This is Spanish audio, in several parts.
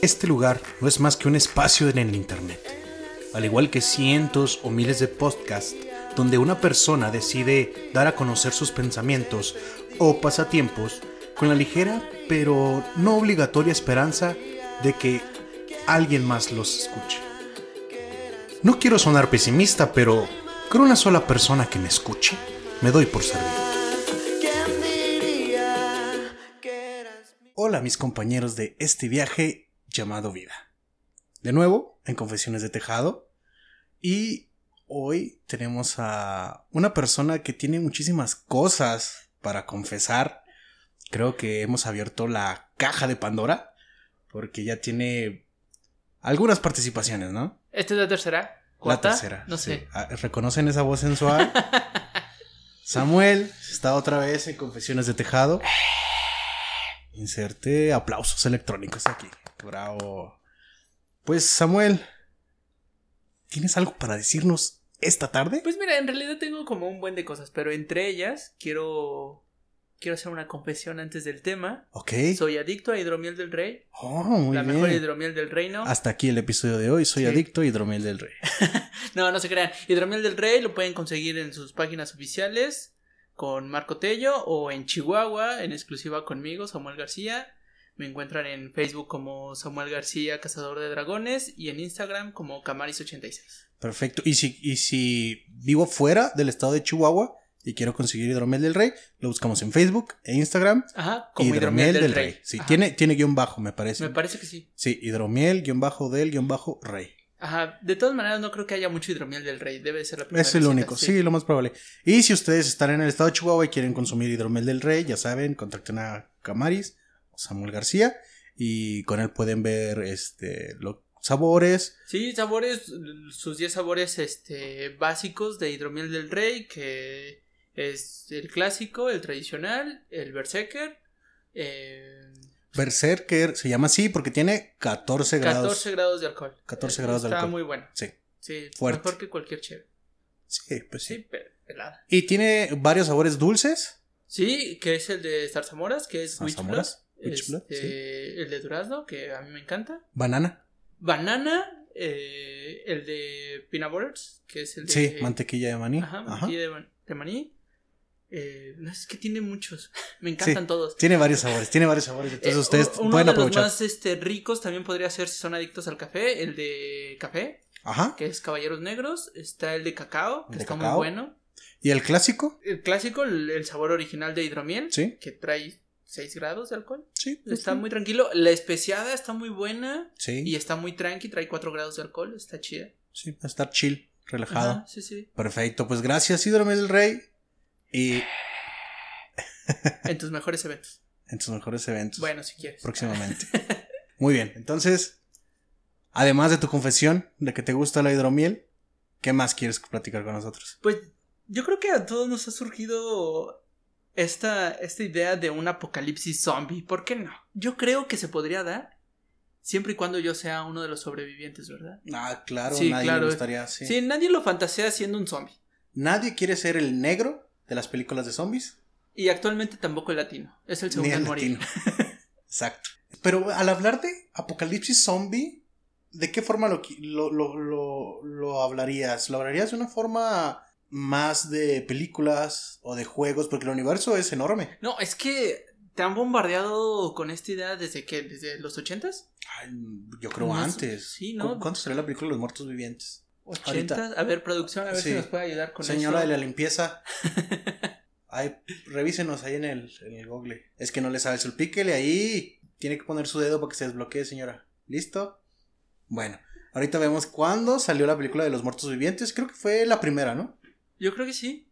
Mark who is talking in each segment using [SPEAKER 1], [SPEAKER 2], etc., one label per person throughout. [SPEAKER 1] Este lugar no es más que un espacio en el Internet, al igual que cientos o miles de podcasts donde una persona decide dar a conocer sus pensamientos o pasatiempos con la ligera pero no obligatoria esperanza de que alguien más los escuche. No quiero sonar pesimista, pero con una sola persona que me escuche, me doy por servido. Hola mis compañeros de este viaje llamado vida. De nuevo, en Confesiones de Tejado. Y hoy tenemos a una persona que tiene muchísimas cosas para confesar. Creo que hemos abierto la caja de Pandora porque ya tiene algunas participaciones, ¿no?
[SPEAKER 2] ¿Esta es la tercera?
[SPEAKER 1] La
[SPEAKER 2] ¿Cuarta?
[SPEAKER 1] tercera.
[SPEAKER 2] No
[SPEAKER 1] sí.
[SPEAKER 2] sé.
[SPEAKER 1] Ah, ¿Reconocen esa voz sensual? Samuel está otra vez en Confesiones de Tejado. Inserte aplausos electrónicos aquí. Bravo. Pues Samuel, ¿tienes algo para decirnos esta tarde?
[SPEAKER 2] Pues mira, en realidad tengo como un buen de cosas, pero entre ellas quiero quiero hacer una confesión antes del tema.
[SPEAKER 1] Ok.
[SPEAKER 2] Soy adicto a hidromiel del rey,
[SPEAKER 1] Oh, muy
[SPEAKER 2] la mejor
[SPEAKER 1] bien.
[SPEAKER 2] hidromiel del reino.
[SPEAKER 1] Hasta aquí el episodio de hoy. Soy
[SPEAKER 2] Sí.
[SPEAKER 1] adicto a hidromiel del rey.
[SPEAKER 2] No, no se crean. Hidromiel del rey lo pueden conseguir en sus páginas oficiales con Marco Tello o en Chihuahua en exclusiva conmigo, Samuel García. Me encuentran en Facebook como Samuel García Cazador de Dragones y en Instagram como Camaris86.
[SPEAKER 1] Perfecto. Y si, y si vivo fuera del estado de Chihuahua y quiero conseguir hidromiel del rey, lo buscamos en Facebook e Instagram.
[SPEAKER 2] Ajá, como Hidromiel, del, Rey.
[SPEAKER 1] Sí,
[SPEAKER 2] Ajá.
[SPEAKER 1] tiene, tiene guión bajo, me parece.
[SPEAKER 2] Me parece que sí.
[SPEAKER 1] Sí, hidromiel, guión bajo del, guión bajo rey.
[SPEAKER 2] Ajá, de todas maneras no creo que haya mucho hidromiel del rey, debe de ser la primera.
[SPEAKER 1] Es el
[SPEAKER 2] cita,
[SPEAKER 1] único, sí. lo más probable. Y si ustedes están en el estado de Chihuahua y quieren consumir hidromiel del rey, ya saben, contacten a Camaris o Samuel García y con él pueden ver este los sabores.
[SPEAKER 2] Sí, sabores, sus 10 sabores este, básicos de hidromiel del rey, que es el clásico, el tradicional, el berserker, eh,
[SPEAKER 1] Berserker se llama así porque tiene 14 grados.
[SPEAKER 2] 14 grados de alcohol.
[SPEAKER 1] 14 grados de
[SPEAKER 2] Está
[SPEAKER 1] alcohol.
[SPEAKER 2] muy bueno.
[SPEAKER 1] Sí,
[SPEAKER 2] Sí,
[SPEAKER 1] Fuerte.
[SPEAKER 2] mejor que cualquier chévere.
[SPEAKER 1] sí, pues sí.
[SPEAKER 2] Sí, pero pelada.
[SPEAKER 1] Y tiene varios sabores dulces.
[SPEAKER 2] Sí, que es el de zarzamoras, que es witch blood,
[SPEAKER 1] Zarzamoras, witch blood,
[SPEAKER 2] este, El de durazno, que a mí me encanta.
[SPEAKER 1] Banana.
[SPEAKER 2] Banana, eh, el de Peanut Butters, que es el de...
[SPEAKER 1] Sí, mantequilla de maní.
[SPEAKER 2] Ajá,
[SPEAKER 1] Ajá.
[SPEAKER 2] mantequilla de, man- de maní. Eh, no, es que tiene muchos. Me encantan todos.
[SPEAKER 1] Tiene varios sabores, tiene varios sabores. Entonces
[SPEAKER 2] Eh,
[SPEAKER 1] ustedes
[SPEAKER 2] o- uno
[SPEAKER 1] pueden
[SPEAKER 2] de
[SPEAKER 1] aprovechar.
[SPEAKER 2] los más este, ricos también podría ser, si son adictos al café, el de café,
[SPEAKER 1] Ajá.
[SPEAKER 2] que es Caballeros Negros. Está el de cacao, que
[SPEAKER 1] El de
[SPEAKER 2] está
[SPEAKER 1] cacao.
[SPEAKER 2] muy bueno.
[SPEAKER 1] ¿Y el clásico?
[SPEAKER 2] El clásico, el, el sabor original de hidromiel,
[SPEAKER 1] Sí.
[SPEAKER 2] que trae 6 grados de alcohol.
[SPEAKER 1] Pues Sí.
[SPEAKER 2] Está muy tranquilo. La especiada está muy buena
[SPEAKER 1] Sí.
[SPEAKER 2] y está muy tranqui, trae 4 grados de alcohol. Está chida.
[SPEAKER 1] Sí, va a estar chill, relajado.
[SPEAKER 2] Ajá, sí, sí.
[SPEAKER 1] Perfecto, pues gracias, Hidromiel del Rey. Y
[SPEAKER 2] En tus mejores eventos.
[SPEAKER 1] en tus mejores eventos.
[SPEAKER 2] Bueno, si quieres.
[SPEAKER 1] Próximamente. Muy bien, entonces, además de tu confesión de que te gusta la hidromiel, ¿qué más quieres platicar con nosotros?
[SPEAKER 2] Pues yo creo que a todos nos ha surgido esta, esta idea de un apocalipsis zombie. ¿Por qué no? Yo creo que se podría dar siempre y cuando yo sea uno de los sobrevivientes, ¿verdad?
[SPEAKER 1] Ah, claro,
[SPEAKER 2] Sí,
[SPEAKER 1] nadie
[SPEAKER 2] claro.
[SPEAKER 1] le gustaría. Sí.
[SPEAKER 2] Sí, nadie lo fantasea siendo un zombie.
[SPEAKER 1] Nadie quiere ser el negro de las películas de zombies,
[SPEAKER 2] Y actualmente tampoco el latino. Es el
[SPEAKER 1] ni
[SPEAKER 2] segundo
[SPEAKER 1] el
[SPEAKER 2] en morir.
[SPEAKER 1] latino. Exacto. Pero al hablar de apocalipsis zombie, ¿de qué forma lo, qui- lo, lo, lo- lo hablarías? ¿Lo hablarías de una forma más de películas o de juegos? Porque el universo es enorme.
[SPEAKER 2] No, es que te han bombardeado con esta idea desde que, desde los ochentas.
[SPEAKER 1] Ay, yo creo
[SPEAKER 2] Más-
[SPEAKER 1] antes.
[SPEAKER 2] sí, ¿no?
[SPEAKER 1] ¿Cu- ¿Cuánto sería la película de Los Muertos Vivientes?
[SPEAKER 2] Ochentas. A ver, producción, a ver
[SPEAKER 1] Sí.
[SPEAKER 2] si nos puede ayudar con
[SPEAKER 1] Señora
[SPEAKER 2] eso.
[SPEAKER 1] de la limpieza. Ay, revísenos ahí en el, en el google. Es que no le sabe el píquele ahí. Tiene que poner su dedo para que se desbloquee, señora. ¿Listo? Bueno, ahorita vemos cuándo salió la película de los muertos vivientes. Creo que fue la primera, ¿no?
[SPEAKER 2] Yo creo que sí.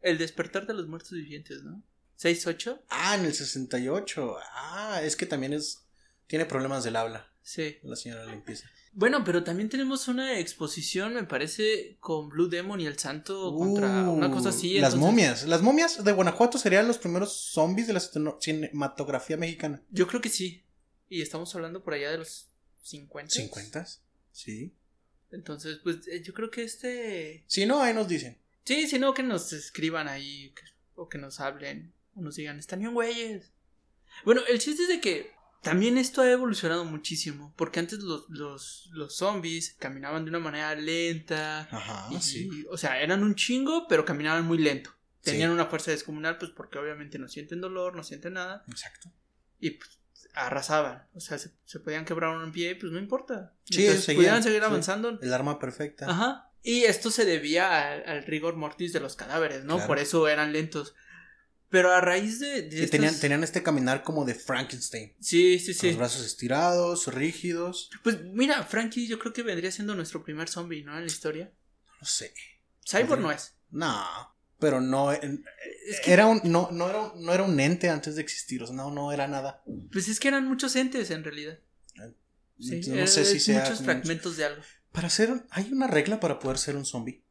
[SPEAKER 2] El despertar de los muertos vivientes, ¿no? ¿6-8?
[SPEAKER 1] Ah, en el 68. Ah, es que también es. Tiene problemas del habla,
[SPEAKER 2] Sí.
[SPEAKER 1] la señora de la limpieza.
[SPEAKER 2] Bueno, pero también tenemos una exposición, me parece, con Blue Demon y el Santo contra
[SPEAKER 1] Uh,
[SPEAKER 2] una cosa así.
[SPEAKER 1] Las
[SPEAKER 2] entonces-
[SPEAKER 1] momias. Las momias de Guanajuato serían los primeros zombies de la cine- cinematografía mexicana.
[SPEAKER 2] Yo creo que sí. Y estamos hablando por allá de los 50.
[SPEAKER 1] ¿50? Sí.
[SPEAKER 2] Entonces, pues eh, yo creo que este...
[SPEAKER 1] Si no, ahí nos dicen.
[SPEAKER 2] Sí, si no, que nos escriban ahí que- o que nos hablen o nos digan, están bien güeyes. Bueno, el chiste es de que También esto ha evolucionado muchísimo, porque antes los, los, los zombies caminaban de una manera lenta.
[SPEAKER 1] Ajá,
[SPEAKER 2] y-
[SPEAKER 1] Ah, sí.
[SPEAKER 2] y, o sea, eran un chingo, pero caminaban muy lento. Tenían
[SPEAKER 1] Sí.
[SPEAKER 2] una fuerza descomunal, pues porque obviamente no sienten dolor, no sienten nada,
[SPEAKER 1] Exacto.
[SPEAKER 2] y pues, arrasaban. O sea, se, se podían quebrar un pie, pues no importa.
[SPEAKER 1] Sí,
[SPEAKER 2] Mientras
[SPEAKER 1] seguían,
[SPEAKER 2] pudieran seguir
[SPEAKER 1] sí.
[SPEAKER 2] avanzando.
[SPEAKER 1] El arma perfecta.
[SPEAKER 2] Ajá. Y esto se debía al, al rigor mortis de los cadáveres, ¿no?
[SPEAKER 1] Claro.
[SPEAKER 2] Por eso eran lentos. Pero a raíz de. de
[SPEAKER 1] Sí, tenían,
[SPEAKER 2] estas-
[SPEAKER 1] tenían este caminar como de Frankenstein.
[SPEAKER 2] Sí, sí,
[SPEAKER 1] Los
[SPEAKER 2] sí.
[SPEAKER 1] brazos estirados, rígidos.
[SPEAKER 2] Pues mira, Frankie, yo creo que vendría siendo nuestro primer zombie, ¿no? En la historia.
[SPEAKER 1] No sé.
[SPEAKER 2] Cyborg
[SPEAKER 1] Ujú.
[SPEAKER 2] no es.
[SPEAKER 1] No. Pero no. eh, en-
[SPEAKER 2] Es que,
[SPEAKER 1] era un, no, no, era un, no era un ente antes de existir. o sea, No, no era nada.
[SPEAKER 2] pues es que eran muchos entes en realidad. Sí,
[SPEAKER 1] Entonces, no
[SPEAKER 2] era-
[SPEAKER 1] sé si
[SPEAKER 2] es
[SPEAKER 1] sea.
[SPEAKER 2] Muchos
[SPEAKER 1] como-
[SPEAKER 2] fragmentos de algo.
[SPEAKER 1] Para ser. un- Hay una regla para poder ser un zombie.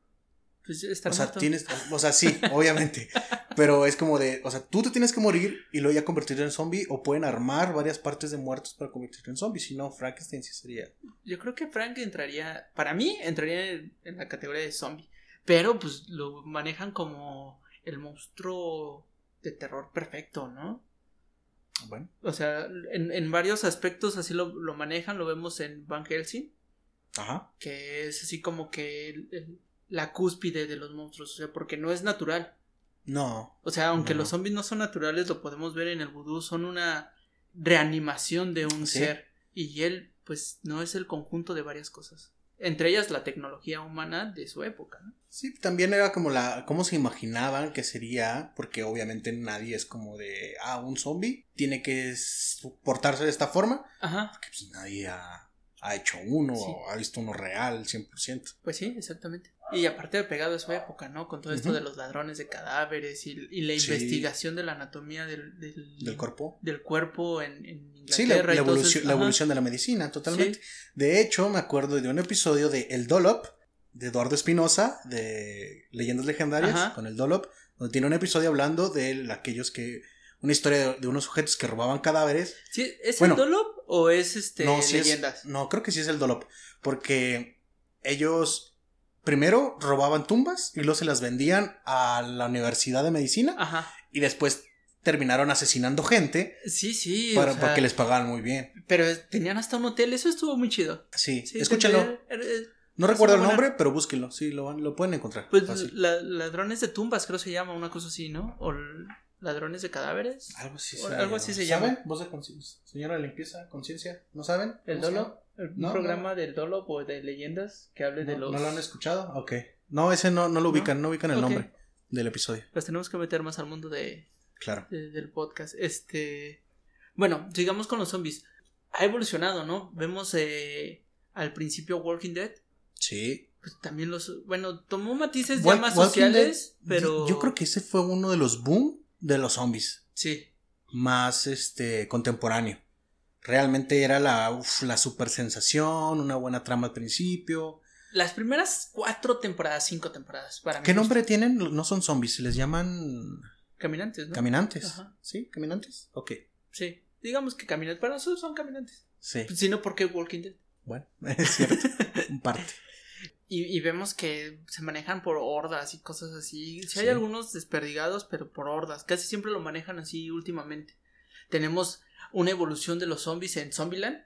[SPEAKER 2] Pues está
[SPEAKER 1] O sea,
[SPEAKER 2] muerto.
[SPEAKER 1] tienes. O sea, sí, obviamente. Pero es como de. O sea, tú te tienes que morir y luego ya convertirte en zombie. O pueden armar varias partes de muertos para convertirte en zombie. Si no, Frankenstein sí sería.
[SPEAKER 2] Yo creo que Frank entraría. Para mí, entraría en, en la categoría de zombie. Pero pues lo manejan como el monstruo de terror perfecto, ¿no?
[SPEAKER 1] Bueno.
[SPEAKER 2] O sea, en, en varios aspectos así lo, lo manejan, lo vemos en Van Helsing,
[SPEAKER 1] Ajá.
[SPEAKER 2] que es así como que el- el- la cúspide de los monstruos, o sea, porque no es natural.
[SPEAKER 1] No.
[SPEAKER 2] O sea, aunque
[SPEAKER 1] No.
[SPEAKER 2] los zombies no son naturales, lo podemos ver en el vudú, son una reanimación de un
[SPEAKER 1] Sí.
[SPEAKER 2] ser. Y él, pues, no es el conjunto de varias cosas. Entre ellas la tecnología humana de su época, ¿no?
[SPEAKER 1] Sí, también era como la, cómo se imaginaban que sería, porque obviamente nadie es como de, ah, un zombie tiene que s- portarse de esta forma,
[SPEAKER 2] Ajá,
[SPEAKER 1] porque pues nadie ha, ha hecho uno,
[SPEAKER 2] Sí.
[SPEAKER 1] o ha visto uno real, 100%.
[SPEAKER 2] pues sí, exactamente. Y aparte de pegado a su época, ¿no? Con todo esto
[SPEAKER 1] Ujú.
[SPEAKER 2] de los ladrones de cadáveres y, y la
[SPEAKER 1] Sí.
[SPEAKER 2] investigación de la anatomía del, del,
[SPEAKER 1] Del cuerpo.
[SPEAKER 2] del cuerpo en, en Inglaterra.
[SPEAKER 1] Sí, la, la
[SPEAKER 2] y todo
[SPEAKER 1] evolución,
[SPEAKER 2] eso.
[SPEAKER 1] la
[SPEAKER 2] Ajá.
[SPEAKER 1] evolución de la medicina, totalmente.
[SPEAKER 2] Sí.
[SPEAKER 1] De hecho, me acuerdo de un episodio de El Dollop, de Eduardo Espinosa, de Leyendas Legendarias,
[SPEAKER 2] Ajá.
[SPEAKER 1] con El Dollop, donde tiene un episodio hablando de el- aquellos que, una historia de- de unos sujetos que robaban cadáveres
[SPEAKER 2] Sí, ¿Es
[SPEAKER 1] Bueno.
[SPEAKER 2] el Dolop o es este
[SPEAKER 1] sí es-
[SPEAKER 2] leyendas?
[SPEAKER 1] no, creo que sí es el Dolop. Porque ellos primero robaban tumbas y luego se las vendían a la Universidad de Medicina
[SPEAKER 2] Ajá.
[SPEAKER 1] y después terminaron asesinando gente
[SPEAKER 2] Sí, sí.
[SPEAKER 1] para,
[SPEAKER 2] o sea,
[SPEAKER 1] porque les pagaban muy bien.
[SPEAKER 2] Pero es- tenían hasta un hotel, eso estuvo muy chido.
[SPEAKER 1] Sí,
[SPEAKER 2] Sí,
[SPEAKER 1] escúchenlo.
[SPEAKER 2] tenía- era- era-
[SPEAKER 1] No recuerdo el
[SPEAKER 2] buena-
[SPEAKER 1] nombre, pero búsquenlo. Sí, lo, van- lo pueden encontrar.
[SPEAKER 2] Pues
[SPEAKER 1] fácil.
[SPEAKER 2] la- ladrones de tumbas, creo se llama, una cosa así, ¿no? O l- ladrones de cadáveres.
[SPEAKER 1] Algo así
[SPEAKER 2] o- algo así se
[SPEAKER 1] ¿Saben?
[SPEAKER 2] llama.
[SPEAKER 1] ¿Voz de conciencia? Señora de limpieza, conciencia. ¿No saben?
[SPEAKER 2] El
[SPEAKER 1] ¿Cómo se
[SPEAKER 2] Dolo.
[SPEAKER 1] llama?
[SPEAKER 2] Un
[SPEAKER 1] No,
[SPEAKER 2] programa del Dolo o de leyendas que hable de
[SPEAKER 1] ¿No,
[SPEAKER 2] los.
[SPEAKER 1] no lo han escuchado? Ok. No, ese no, no lo
[SPEAKER 2] ¿No?
[SPEAKER 1] ubican, no, ubican el
[SPEAKER 2] Ok.
[SPEAKER 1] nombre del episodio.
[SPEAKER 2] Los tenemos que meter más al mundo de,
[SPEAKER 1] Claro.
[SPEAKER 2] de- del podcast. Este. Bueno, sigamos con los zombies. Ha evolucionado, ¿no? Vemos eh, al principio Walking Dead.
[SPEAKER 1] Sí,
[SPEAKER 2] Pues también los. Bueno, tomó matices
[SPEAKER 1] Walk-
[SPEAKER 2] ya más
[SPEAKER 1] Walking Dead,
[SPEAKER 2] sociales, pero.
[SPEAKER 1] Yo, yo creo que ese fue uno de los boom de los zombies
[SPEAKER 2] Sí.
[SPEAKER 1] más este contemporáneo. Realmente era la, uf, la super sensación, una buena trama al principio.
[SPEAKER 2] Las primeras cuatro temporadas, cinco temporadas, para mí.
[SPEAKER 1] ¿Qué nombre tienen? No son zombies, se les llaman
[SPEAKER 2] Caminantes, ¿no?
[SPEAKER 1] caminantes.
[SPEAKER 2] Ajá.
[SPEAKER 1] ¿Sí? ¿Caminantes? Ok.
[SPEAKER 2] Sí. Digamos que caminantes. Para nosotros son caminantes.
[SPEAKER 1] Sí.
[SPEAKER 2] Si no, ¿por qué Walking Dead?
[SPEAKER 1] Bueno, es cierto. En parte.
[SPEAKER 2] Y, y vemos que se manejan por hordas y cosas así. Sí,
[SPEAKER 1] Sí.
[SPEAKER 2] hay algunos desperdigados, pero por hordas. Casi siempre lo manejan así últimamente. Tenemos una evolución de los zombies en Zombieland.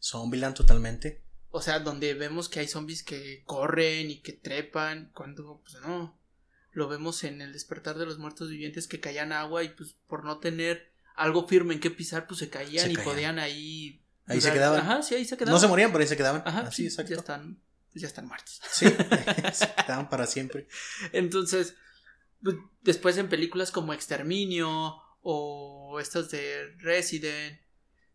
[SPEAKER 1] Zombieland totalmente.
[SPEAKER 2] O sea, donde vemos que hay zombies que corren y que trepan. Cuando, pues no. Lo vemos en el despertar de los muertos vivientes que caían agua y pues por no tener algo firme en qué pisar, pues se caían
[SPEAKER 1] Se
[SPEAKER 2] y
[SPEAKER 1] caían.
[SPEAKER 2] podían ahí.
[SPEAKER 1] Ahí se
[SPEAKER 2] durar-
[SPEAKER 1] quedaban.
[SPEAKER 2] Ajá, sí, ahí se quedaban.
[SPEAKER 1] No se morían, pero ahí se quedaban.
[SPEAKER 2] Ajá,
[SPEAKER 1] Así,
[SPEAKER 2] sí,
[SPEAKER 1] exacto.
[SPEAKER 2] Ya están, ya están muertos.
[SPEAKER 1] Sí, se quedaban para siempre.
[SPEAKER 2] Entonces, pues, después en películas como Exterminio o estas de Resident,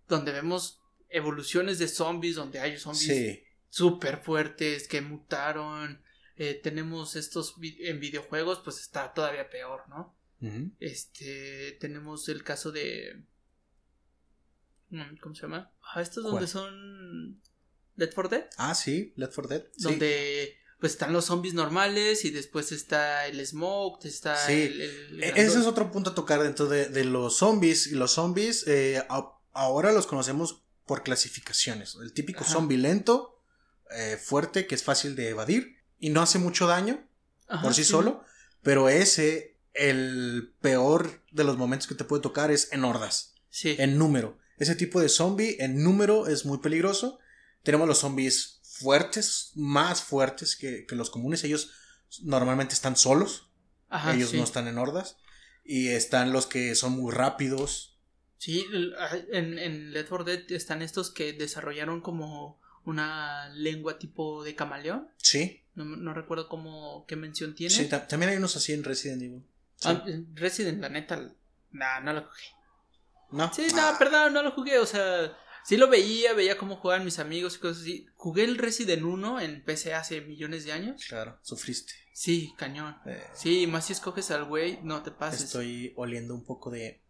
[SPEAKER 2] donde vemos evoluciones de zombies, donde hay zombies
[SPEAKER 1] Sí.
[SPEAKER 2] súper fuertes que mutaron. eh, tenemos estos vi- en videojuegos, pues está todavía peor, ¿no?
[SPEAKER 1] Ujú.
[SPEAKER 2] Este, tenemos el caso de. mm, ¿Cómo se llama? Ah, estos donde
[SPEAKER 1] ¿Cuál?
[SPEAKER 2] son. Dead for Dead
[SPEAKER 1] Ah, sí, Left 4 Dead. Sí.
[SPEAKER 2] donde pues están los zombies normales y después está el smoke, está
[SPEAKER 1] Sí.
[SPEAKER 2] el, el- el
[SPEAKER 1] E-
[SPEAKER 2] grandote.
[SPEAKER 1] Ese es otro punto a tocar dentro de, de los zombies. Y los zombies eh, a- ahora los conocemos por clasificaciones. El típico
[SPEAKER 2] Ajá.
[SPEAKER 1] zombie lento, eh, fuerte, que es fácil de evadir y no hace mucho daño
[SPEAKER 2] Ajá,
[SPEAKER 1] por sí,
[SPEAKER 2] sí.
[SPEAKER 1] solo. Pero ese, el peor de los momentos que te puede tocar es en hordas,
[SPEAKER 2] Sí.
[SPEAKER 1] en número. Ese tipo de zombie en número es muy peligroso. Tenemos los zombies fuertes, más fuertes que, que los comunes. Ellos normalmente están solos.
[SPEAKER 2] Ajá,
[SPEAKER 1] ellos
[SPEAKER 2] Ah, sí.
[SPEAKER 1] no están en hordas. Y están los que son muy rápidos.
[SPEAKER 2] Sí, l- ah, en, en Left 4 Dead están estos que desarrollaron como una lengua tipo de camaleón.
[SPEAKER 1] Sí.
[SPEAKER 2] No, no recuerdo cómo, qué mención tiene.
[SPEAKER 1] sí ta- también hay unos así en Resident Evil. Sí.
[SPEAKER 2] Ah, Resident, la neta, nah, no lo jugué.
[SPEAKER 1] no.
[SPEAKER 2] Sí, no, perdón, no lo jugué, o sea, sí lo veía, veía cómo jugaban mis amigos y cosas así. Jugué el Resident 1 en PC hace millones de años.
[SPEAKER 1] Claro, sufriste.
[SPEAKER 2] Sí, cañón.
[SPEAKER 1] Eh,
[SPEAKER 2] Sí, y más si escoges al güey, no te pases.
[SPEAKER 1] estoy oliendo un poco de.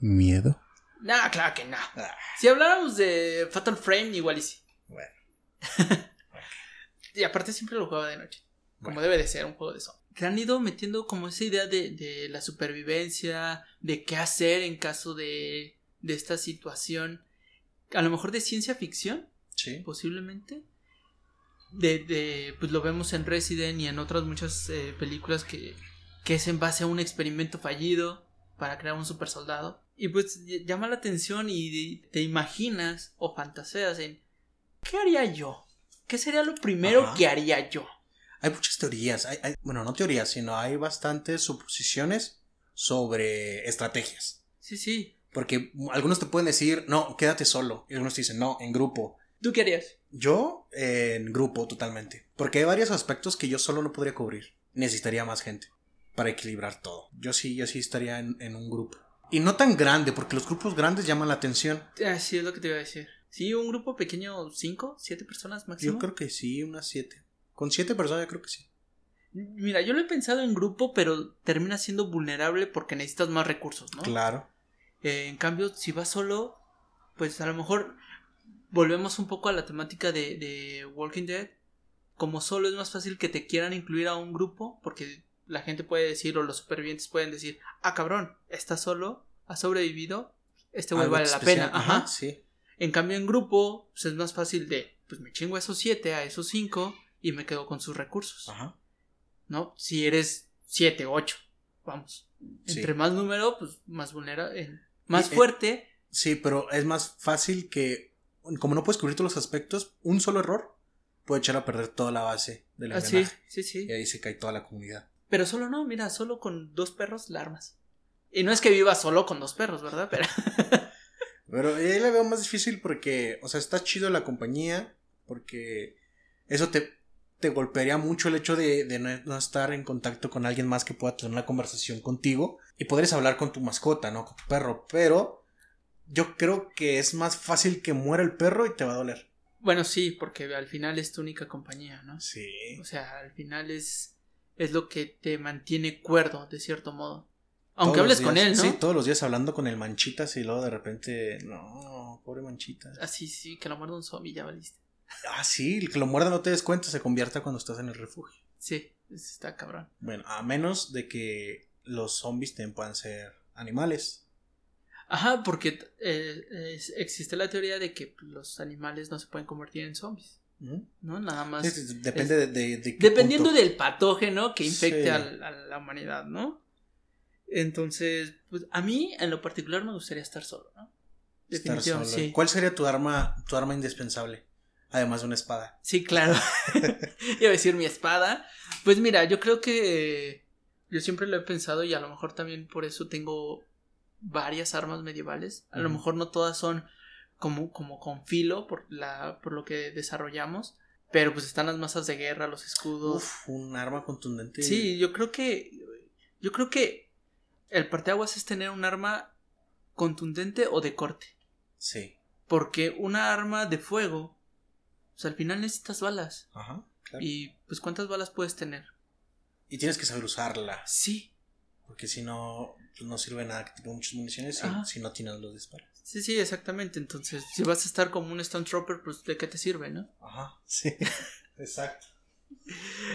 [SPEAKER 3] Miedo.
[SPEAKER 2] Nah, claro que no.
[SPEAKER 1] Ah.
[SPEAKER 2] Si habláramos de Fatal Frame, igual y sí.
[SPEAKER 1] Bueno.
[SPEAKER 2] Y aparte siempre lo jugaba de noche. Como
[SPEAKER 1] Bueno.
[SPEAKER 2] debe de ser un juego de zombies. Te han ido metiendo como esa idea de, de la supervivencia, de qué hacer en caso de, de esta situación. A lo mejor de ciencia ficción,
[SPEAKER 1] Sí.
[SPEAKER 2] posiblemente. De, de- pues lo vemos en Resident y en otras muchas eh, películas que, que es en base a un experimento fallido para crear un super soldado. Y pues ll- llama la atención y de- te imaginas o fantaseas en ¿qué haría yo? ¿Qué sería lo primero
[SPEAKER 1] Ajá.
[SPEAKER 2] que haría yo?
[SPEAKER 1] Hay muchas teorías. Hay, hay- bueno, no teorías, sino hay bastantes suposiciones sobre estrategias.
[SPEAKER 2] Sí, sí.
[SPEAKER 1] Porque algunos te pueden decir, no, quédate solo. Y algunos te dicen, no, en grupo.
[SPEAKER 2] ¿Tú qué harías?
[SPEAKER 1] Yo eh, en grupo totalmente. Porque hay varios aspectos que yo solo no podría cubrir. Necesitaría más gente para equilibrar todo. Yo sí, yo sí estaría en, en un grupo. Y no tan grande, porque los grupos grandes llaman la atención.
[SPEAKER 2] Así Ah, es lo que te iba a decir. Sí, un grupo pequeño, cinco, siete personas máximo.
[SPEAKER 1] Yo creo que sí, unas siete. Con siete personas yo creo que sí.
[SPEAKER 2] Mira, yo lo he pensado en grupo, pero termina siendo vulnerable porque necesitas más recursos, ¿no?
[SPEAKER 1] Claro.
[SPEAKER 2] Eh, en cambio, si vas solo, pues a lo mejor volvemos un poco a la temática de, de Walking Dead. Como solo es más fácil que te quieran incluir a un grupo, porque la gente puede decir, o los supervivientes pueden decir, ah, cabrón, estás solo, has sobrevivido, este güey
[SPEAKER 1] Algo
[SPEAKER 2] vale la
[SPEAKER 1] especial.
[SPEAKER 2] pena. Ajá.
[SPEAKER 1] Sí.
[SPEAKER 2] En cambio, en grupo, pues es más fácil de, pues me chingo a esos siete, a esos cinco, y me quedo con sus recursos.
[SPEAKER 1] Ajá.
[SPEAKER 2] ¿no? Si eres 7, 8, vamos.
[SPEAKER 1] Sí.
[SPEAKER 2] Entre más número, pues más vulnera, eh, más
[SPEAKER 1] Y, eh,
[SPEAKER 2] fuerte.
[SPEAKER 1] Sí, pero es más fácil que, como no puedes cubrir todos los aspectos, un solo error puede echar a perder toda la Eh. base del
[SPEAKER 2] Ah, sí,
[SPEAKER 1] engranaje.
[SPEAKER 2] sí, sí.
[SPEAKER 1] Y ahí se cae toda la comunidad.
[SPEAKER 2] Pero solo no, mira, solo con dos perros la armas. Y no es que viva solo con dos perros, ¿verdad? Pero
[SPEAKER 1] Pero ahí la veo más difícil porque, o sea, está chido la compañía, porque eso te, te golpearía mucho el hecho de, de no, no estar en contacto con alguien más que pueda tener una conversación contigo y podrías hablar con tu mascota, ¿no? Con tu perro, pero yo creo que es más fácil que muera el perro y te va a doler.
[SPEAKER 2] bueno, sí, porque al final es tu única compañía, ¿no?
[SPEAKER 1] Sí.
[SPEAKER 2] O sea, al final es, es lo que te mantiene cuerdo, de cierto modo. Aunque
[SPEAKER 1] Todos los
[SPEAKER 2] hables con él,
[SPEAKER 1] días.
[SPEAKER 2] ¿no?
[SPEAKER 1] Sí, todos los días hablando con el Manchitas y luego de repente, no, pobre Manchitas.
[SPEAKER 2] Así, Ah, sí, que lo muerde un zombie, ya valiste.
[SPEAKER 1] Ah, sí, el que lo muerda no te des cuenta, se convierta cuando estás en el refugio.
[SPEAKER 2] Sí, está cabrón.
[SPEAKER 1] Bueno, a menos de que los zombies también puedan ser animales.
[SPEAKER 2] Ajá, porque t- eh, es- existe la teoría de que los animales no se pueden convertir en zombies,
[SPEAKER 1] ¿Mm?
[SPEAKER 2] ¿no? Nada más.
[SPEAKER 1] Sí, sí, depende de, de- de qué
[SPEAKER 2] Ah, Dependiendo
[SPEAKER 1] punto.
[SPEAKER 2] del patógeno que infecte
[SPEAKER 1] Sí.
[SPEAKER 2] al- a la humanidad, ¿no? Entonces, pues a mí en lo particular me gustaría estar solo, ¿no?
[SPEAKER 1] estar
[SPEAKER 2] Definitivamente,
[SPEAKER 1] solo.
[SPEAKER 2] sí.
[SPEAKER 1] ¿Cuál sería tu arma, tu arma indispensable? Además de una espada.
[SPEAKER 2] Sí, claro. Iba a decir mi espada. Pues mira, yo creo que eh, yo siempre lo he pensado y a lo mejor también por eso tengo varias armas medievales. A lo
[SPEAKER 1] Ujú.
[SPEAKER 2] mejor no todas son como, como con filo por, la, por lo que desarrollamos, pero pues están las masas de guerra, los escudos.
[SPEAKER 1] Uf, un arma contundente.
[SPEAKER 2] Sí, yo creo que yo creo que el parteaguas es tener un arma contundente o de corte.
[SPEAKER 1] Sí.
[SPEAKER 2] Porque una arma de fuego, pues al final necesitas balas.
[SPEAKER 1] Ajá, claro. Y,
[SPEAKER 2] Y pues cuántas balas puedes tener.
[SPEAKER 1] tienes que saber usarla.
[SPEAKER 2] Sí,
[SPEAKER 1] Porque si no, pues no sirve nada que tenga muchas municiones si-
[SPEAKER 2] Ajá.
[SPEAKER 1] si, no tienes los disparos.
[SPEAKER 2] sí, sí, exactamente. Entonces, si vas a estar como un Stone Trooper, pues de qué te sirve, ¿no?
[SPEAKER 1] Ajá, sí. Exacto.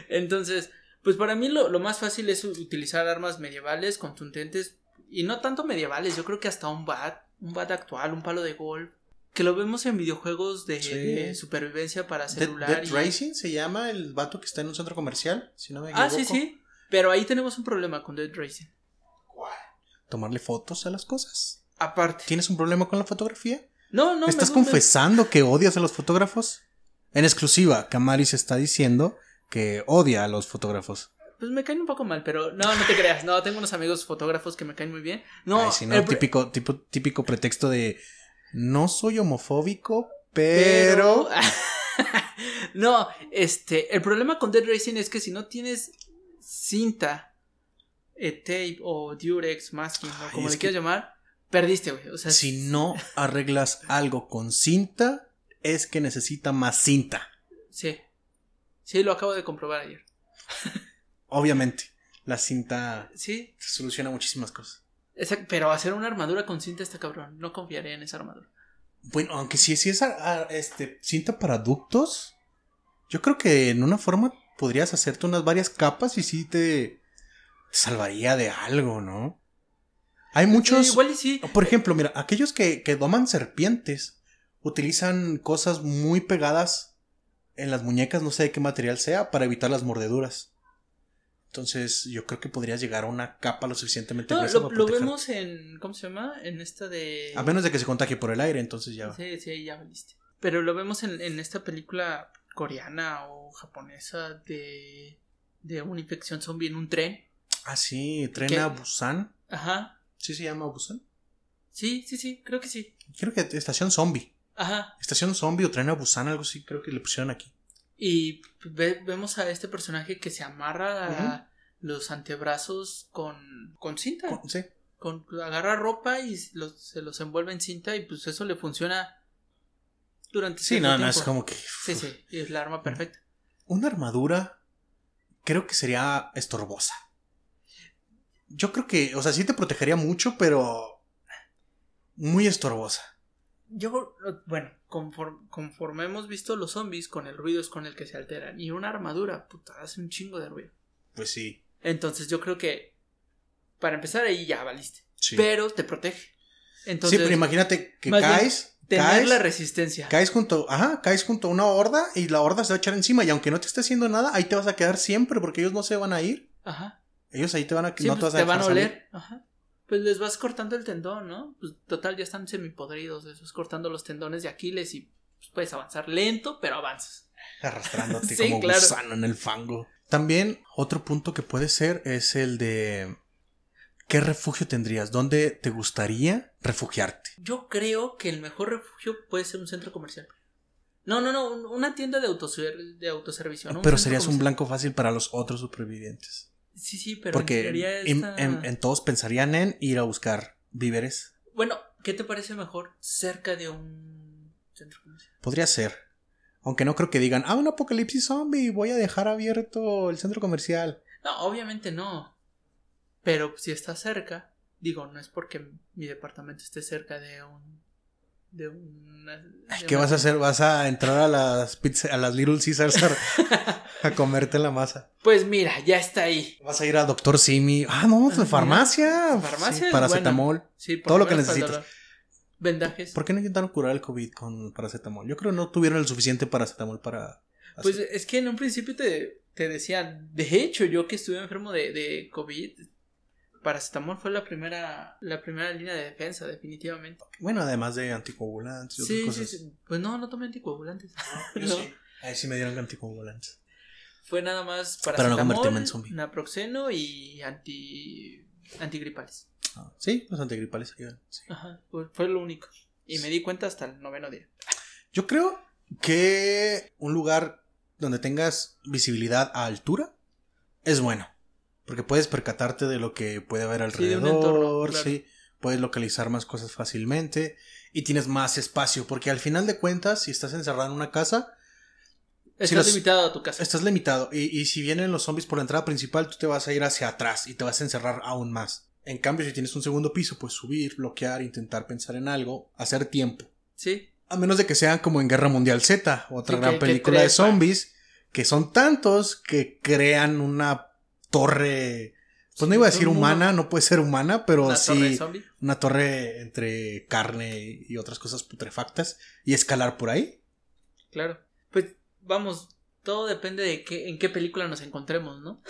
[SPEAKER 2] Entonces, pues para mí lo, lo más fácil es u- utilizar armas medievales, contundentes, y no tanto medievales, yo creo que hasta un bat, un bat actual, un palo de golf, que lo vemos en videojuegos de,
[SPEAKER 1] Sí.
[SPEAKER 2] de supervivencia para
[SPEAKER 1] Dead,
[SPEAKER 2] celular.
[SPEAKER 1] Dead
[SPEAKER 2] y-
[SPEAKER 1] Racing se llama el vato que está en un centro comercial, si no me equivoco.
[SPEAKER 2] Ah, sí, sí. Pero ahí tenemos un problema con Dead Racing.
[SPEAKER 1] Tomarle fotos a las cosas.
[SPEAKER 2] Aparte.
[SPEAKER 1] ¿Tienes un problema con la fotografía?
[SPEAKER 2] No, no.
[SPEAKER 1] ¿Me estás
[SPEAKER 2] me- me-
[SPEAKER 1] confesando que odias a los fotógrafos? En exclusiva, Camari se está diciendo que odia a los fotógrafos.
[SPEAKER 2] Pues me caen un poco mal, pero no, no te creas. No, tengo unos amigos fotógrafos que me caen muy bien. No,
[SPEAKER 1] Ay, sí, no,
[SPEAKER 2] el pre-
[SPEAKER 1] típico, tipo, típico pretexto de no soy homofóbico, pero...
[SPEAKER 2] no, este, el problema con Dead Racing es que si no tienes cinta, eh, tape o Durex, masking, ¿no?
[SPEAKER 1] Ay,
[SPEAKER 2] como
[SPEAKER 1] es
[SPEAKER 2] le
[SPEAKER 1] que-
[SPEAKER 2] quieras llamar, perdiste, güey. O sea,
[SPEAKER 1] Si no arreglas algo con cinta, es que necesita más cinta.
[SPEAKER 2] sí. Sí, lo acabo de comprobar ayer.
[SPEAKER 1] Obviamente, la cinta
[SPEAKER 2] Sí,
[SPEAKER 1] soluciona muchísimas cosas.
[SPEAKER 2] esa- pero hacer una armadura con cinta está cabrón. No confiaría en esa armadura.
[SPEAKER 1] Bueno, aunque si, si es a- a- este, cinta para ductos, yo creo que en una forma podrías hacerte unas varias capas y sí te, te salvaría de algo, ¿no? Hay muchos...
[SPEAKER 2] Eh, igual y sí.
[SPEAKER 1] Por ejemplo, mira, aquellos que, que doman serpientes utilizan cosas muy pegadas en las muñecas, no sé de qué material sea, para evitar las mordeduras. Entonces, yo creo que podrías llegar a una capa lo suficientemente
[SPEAKER 2] No,
[SPEAKER 1] gruesa
[SPEAKER 2] lo,
[SPEAKER 1] para
[SPEAKER 2] lo
[SPEAKER 1] proteger.
[SPEAKER 2] vemos en. ¿Cómo se llama? En esta de.
[SPEAKER 1] A menos de que se contagie por el aire, entonces ya.
[SPEAKER 2] Sí, sí, ya valiste. Pero lo vemos en, en esta película coreana o japonesa de, de una infección zombie en un tren.
[SPEAKER 1] Ah, sí, tren
[SPEAKER 2] ¿Qué?
[SPEAKER 1] a Busan.
[SPEAKER 2] Ajá.
[SPEAKER 1] ¿Sí se llama Busan?
[SPEAKER 2] Sí, sí, sí, creo que sí.
[SPEAKER 1] Creo que estación zombie.
[SPEAKER 2] Ajá.
[SPEAKER 1] Estación zombie o tren a Busan, algo así, creo que le pusieron aquí.
[SPEAKER 2] Y ve- vemos a este personaje que se amarra a los antebrazos con, con cinta.
[SPEAKER 1] Sí.
[SPEAKER 2] Con, agarra ropa y los- se los envuelve en cinta y pues eso le funciona durante
[SPEAKER 1] Sí,
[SPEAKER 2] cierto
[SPEAKER 1] no, no,
[SPEAKER 2] tiempo.
[SPEAKER 1] es como que.
[SPEAKER 2] Sí, sí, es la arma perfecta.
[SPEAKER 1] Una armadura creo que sería estorbosa. Yo creo que, o sea, sí te protegería mucho, pero muy estorbosa.
[SPEAKER 2] Yo, eh, bueno, conform- conforme hemos visto los zombies, con el ruido es con el que se alteran. Y una armadura, puta, hace un chingo de ruido.
[SPEAKER 1] Pues sí.
[SPEAKER 2] Entonces yo creo que, para empezar ahí ya valiste.
[SPEAKER 1] Sí,
[SPEAKER 2] Pero te protege.
[SPEAKER 1] Sí,
[SPEAKER 2] Entonces,
[SPEAKER 1] pero imagínate que
[SPEAKER 2] más bien,
[SPEAKER 1] caes,
[SPEAKER 2] tener
[SPEAKER 1] caes,
[SPEAKER 2] la resistencia.
[SPEAKER 1] caes junto, ajá, caes junto a una horda y la horda se va a echar encima y aunque no te esté haciendo nada, ahí te vas a quedar siempre porque ellos no se van a ir.
[SPEAKER 2] Ajá.
[SPEAKER 1] Ellos ahí te van a
[SPEAKER 2] Sí,
[SPEAKER 1] no
[SPEAKER 2] pues, te,
[SPEAKER 1] dejar
[SPEAKER 2] van a
[SPEAKER 1] salir.
[SPEAKER 2] oler. Ajá. Pues les vas cortando el tendón, ¿no? Pues total, ya están semipodridos. Les vas cortando los tendones de Aquiles y pues, puedes avanzar lento, pero avanzas.
[SPEAKER 1] arrastrándote
[SPEAKER 2] Sí,
[SPEAKER 1] como
[SPEAKER 2] claro.
[SPEAKER 1] gusano en el fango. También otro punto que puede ser es el de ¿qué refugio tendrías? ¿Dónde te gustaría refugiarte?
[SPEAKER 2] Yo creo que el mejor refugio puede ser un centro comercial. No, no, no, un- una tienda de, autoser- de autoservicio. ¿no?
[SPEAKER 1] pero
[SPEAKER 2] centro
[SPEAKER 1] serías un
[SPEAKER 2] comercial.
[SPEAKER 1] blanco fácil para los otros supervivientes.
[SPEAKER 2] Sí, sí, pero en
[SPEAKER 1] porque
[SPEAKER 2] teoría
[SPEAKER 1] en,
[SPEAKER 2] esta-
[SPEAKER 1] en- en todos pensarían en ir a buscar víveres.
[SPEAKER 2] Bueno, ¿qué te parece mejor cerca de un centro comercial?
[SPEAKER 1] Podría ser. Aunque no creo que digan, ah, un apocalipsis zombie, voy a dejar abierto el centro comercial.
[SPEAKER 2] No, obviamente no. Pero si está cerca, digo, no es porque mi departamento esté cerca de un. de una. de
[SPEAKER 1] ¿Qué
[SPEAKER 2] una-
[SPEAKER 1] vas a hacer? ¿Vas a entrar a las, pizza- a las Little Caesars a- a comerte la masa?
[SPEAKER 2] Pues mira, ya está ahí.
[SPEAKER 1] Vas a ir a Doctor Simi. Ah, no,
[SPEAKER 2] Ah, mira.
[SPEAKER 1] de farmacia.
[SPEAKER 2] Farmacia
[SPEAKER 1] Sí,
[SPEAKER 2] es
[SPEAKER 1] paracetamol.
[SPEAKER 2] Sí, por
[SPEAKER 1] Todo lo que
[SPEAKER 2] menos para el
[SPEAKER 1] necesitas.
[SPEAKER 2] dolor. Vendajes.
[SPEAKER 1] ¿Por qué no intentaron curar el COVID con paracetamol? Yo creo que no tuvieron el suficiente paracetamol para. hacer-
[SPEAKER 2] Pues es que en un principio te, te decían, de hecho, yo que estuve enfermo de, de COVID, paracetamol fue la primera, la primera línea de defensa, definitivamente.
[SPEAKER 1] Bueno, además de anticoagulantes y otras
[SPEAKER 2] Sí, sí,
[SPEAKER 1] cosas.
[SPEAKER 2] sí. Pues no, no tomé anticoagulantes.
[SPEAKER 1] Yo
[SPEAKER 2] No.
[SPEAKER 1] sí. Ahí sí me dieron anticoagulantes.
[SPEAKER 2] Fue nada más
[SPEAKER 1] Para no
[SPEAKER 2] paracetamol,
[SPEAKER 1] convertirme en zombie.
[SPEAKER 2] naproxeno y anti antigripales.
[SPEAKER 1] Ah, sí, los antigripales ayudan. sí.
[SPEAKER 2] Ajá, fue, fue lo único. Y me di cuenta hasta el noveno día.
[SPEAKER 1] Yo creo que un lugar donde tengas visibilidad a altura es bueno. Porque puedes percatarte de lo que puede haber
[SPEAKER 2] Sí, de
[SPEAKER 1] alrededor,
[SPEAKER 2] un entorno, claro.
[SPEAKER 1] sí, puedes localizar más cosas fácilmente y tienes más espacio. Porque al final de cuentas, si estás encerrado en una casa,
[SPEAKER 2] Estás
[SPEAKER 1] los-
[SPEAKER 2] limitado a tu casa.
[SPEAKER 1] estás limitado. Y, y si vienen los zombies por la entrada principal, tú te vas a ir hacia atrás y te vas a encerrar aún más. En cambio, si tienes un segundo piso, pues subir, bloquear, intentar pensar en algo, hacer tiempo.
[SPEAKER 2] Sí,
[SPEAKER 1] A menos de que sean como en Guerra Mundial Z, otra
[SPEAKER 2] Sí,
[SPEAKER 1] gran
[SPEAKER 2] que- que
[SPEAKER 1] película de
[SPEAKER 2] trepan.
[SPEAKER 1] zombies, que son tantos que crean una torre. Pues no
[SPEAKER 2] Sí,
[SPEAKER 1] iba a
[SPEAKER 2] todo
[SPEAKER 1] decir
[SPEAKER 2] el mundo-
[SPEAKER 1] humana, no puede ser humana, pero
[SPEAKER 2] una torre
[SPEAKER 1] Oh, sí
[SPEAKER 2] zombie.
[SPEAKER 1] una torre entre carne y otras cosas putrefactas y escalar por ahí.
[SPEAKER 2] Claro. Pues vamos, todo depende de qué, en qué película nos encontremos, ¿no?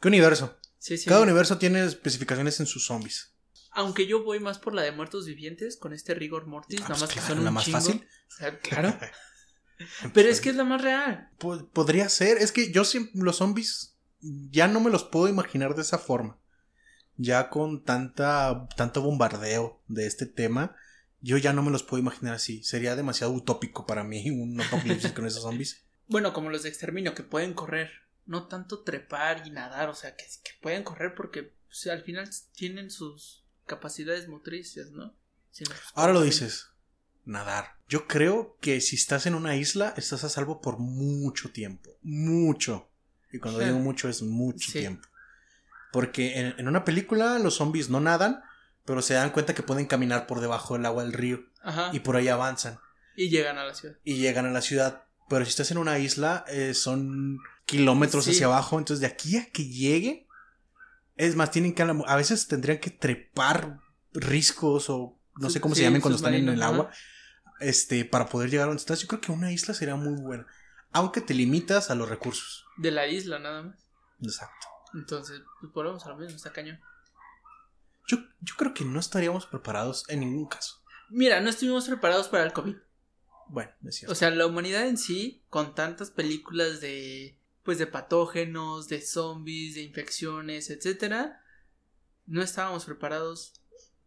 [SPEAKER 1] ¿Qué universo?
[SPEAKER 2] Sí, sí.
[SPEAKER 1] Cada universo tiene especificaciones en sus zombies.
[SPEAKER 2] Aunque yo voy más por la de muertos vivientes con este rigor mortis,
[SPEAKER 1] Ah,
[SPEAKER 2] nada
[SPEAKER 1] pues
[SPEAKER 2] más que
[SPEAKER 1] claro,
[SPEAKER 2] son
[SPEAKER 1] la
[SPEAKER 2] un
[SPEAKER 1] más
[SPEAKER 2] chingo.
[SPEAKER 1] fácil.
[SPEAKER 2] O sea, claro. Pero es que es la más real.
[SPEAKER 1] Po- podría ser, es que yo siempre los zombies ya no me los puedo imaginar de esa forma. Ya con tanta tanto bombardeo de este tema, yo ya no me los puedo imaginar así. Sería demasiado utópico para mí un apocalipsis con esos zombies.
[SPEAKER 2] Bueno, como los de exterminio, que pueden correr. No tanto trepar y nadar, o sea, que, que pueden correr porque o sea, al final tienen sus capacidades motrices, ¿no? Si no, pues,
[SPEAKER 1] Ahora lo
[SPEAKER 2] ¿cómo?
[SPEAKER 1] dices, nadar. Yo creo que si estás en una isla, estás a salvo por mucho tiempo. Mucho. Y cuando
[SPEAKER 2] Sí.
[SPEAKER 1] digo mucho es mucho
[SPEAKER 2] Sí.
[SPEAKER 1] tiempo. Porque en, en una película los zombies no nadan, pero se dan cuenta que pueden caminar por debajo del agua del río.
[SPEAKER 2] Ajá.
[SPEAKER 1] y por ahí avanzan
[SPEAKER 2] Y llegan a la ciudad.
[SPEAKER 1] y llegan a la ciudad. Pero si estás en una isla, eh, son kilómetros
[SPEAKER 2] Sí.
[SPEAKER 1] hacia abajo, entonces de aquí a que lleguen, es más, tienen que a, la- a veces tendrían que trepar riscos o no sé cómo
[SPEAKER 2] Sí,
[SPEAKER 1] se llamen cuando están en el
[SPEAKER 2] submarino,
[SPEAKER 1] agua, este, para poder llegar a donde estás. Yo creo que una isla sería muy buena, aunque te limitas a los recursos.
[SPEAKER 2] De la isla, nada más.
[SPEAKER 1] Exacto.
[SPEAKER 2] Entonces, pues volvemos a lo mismo, está cañón.
[SPEAKER 1] Yo, yo creo que no estaríamos preparados en ningún caso.
[SPEAKER 2] Mira, no estuvimos preparados para el COVID.
[SPEAKER 1] Bueno, es cierto.
[SPEAKER 2] O sea, la humanidad en sí, con tantas películas de pues de patógenos, de zombies, de infecciones, etcétera, no estábamos preparados.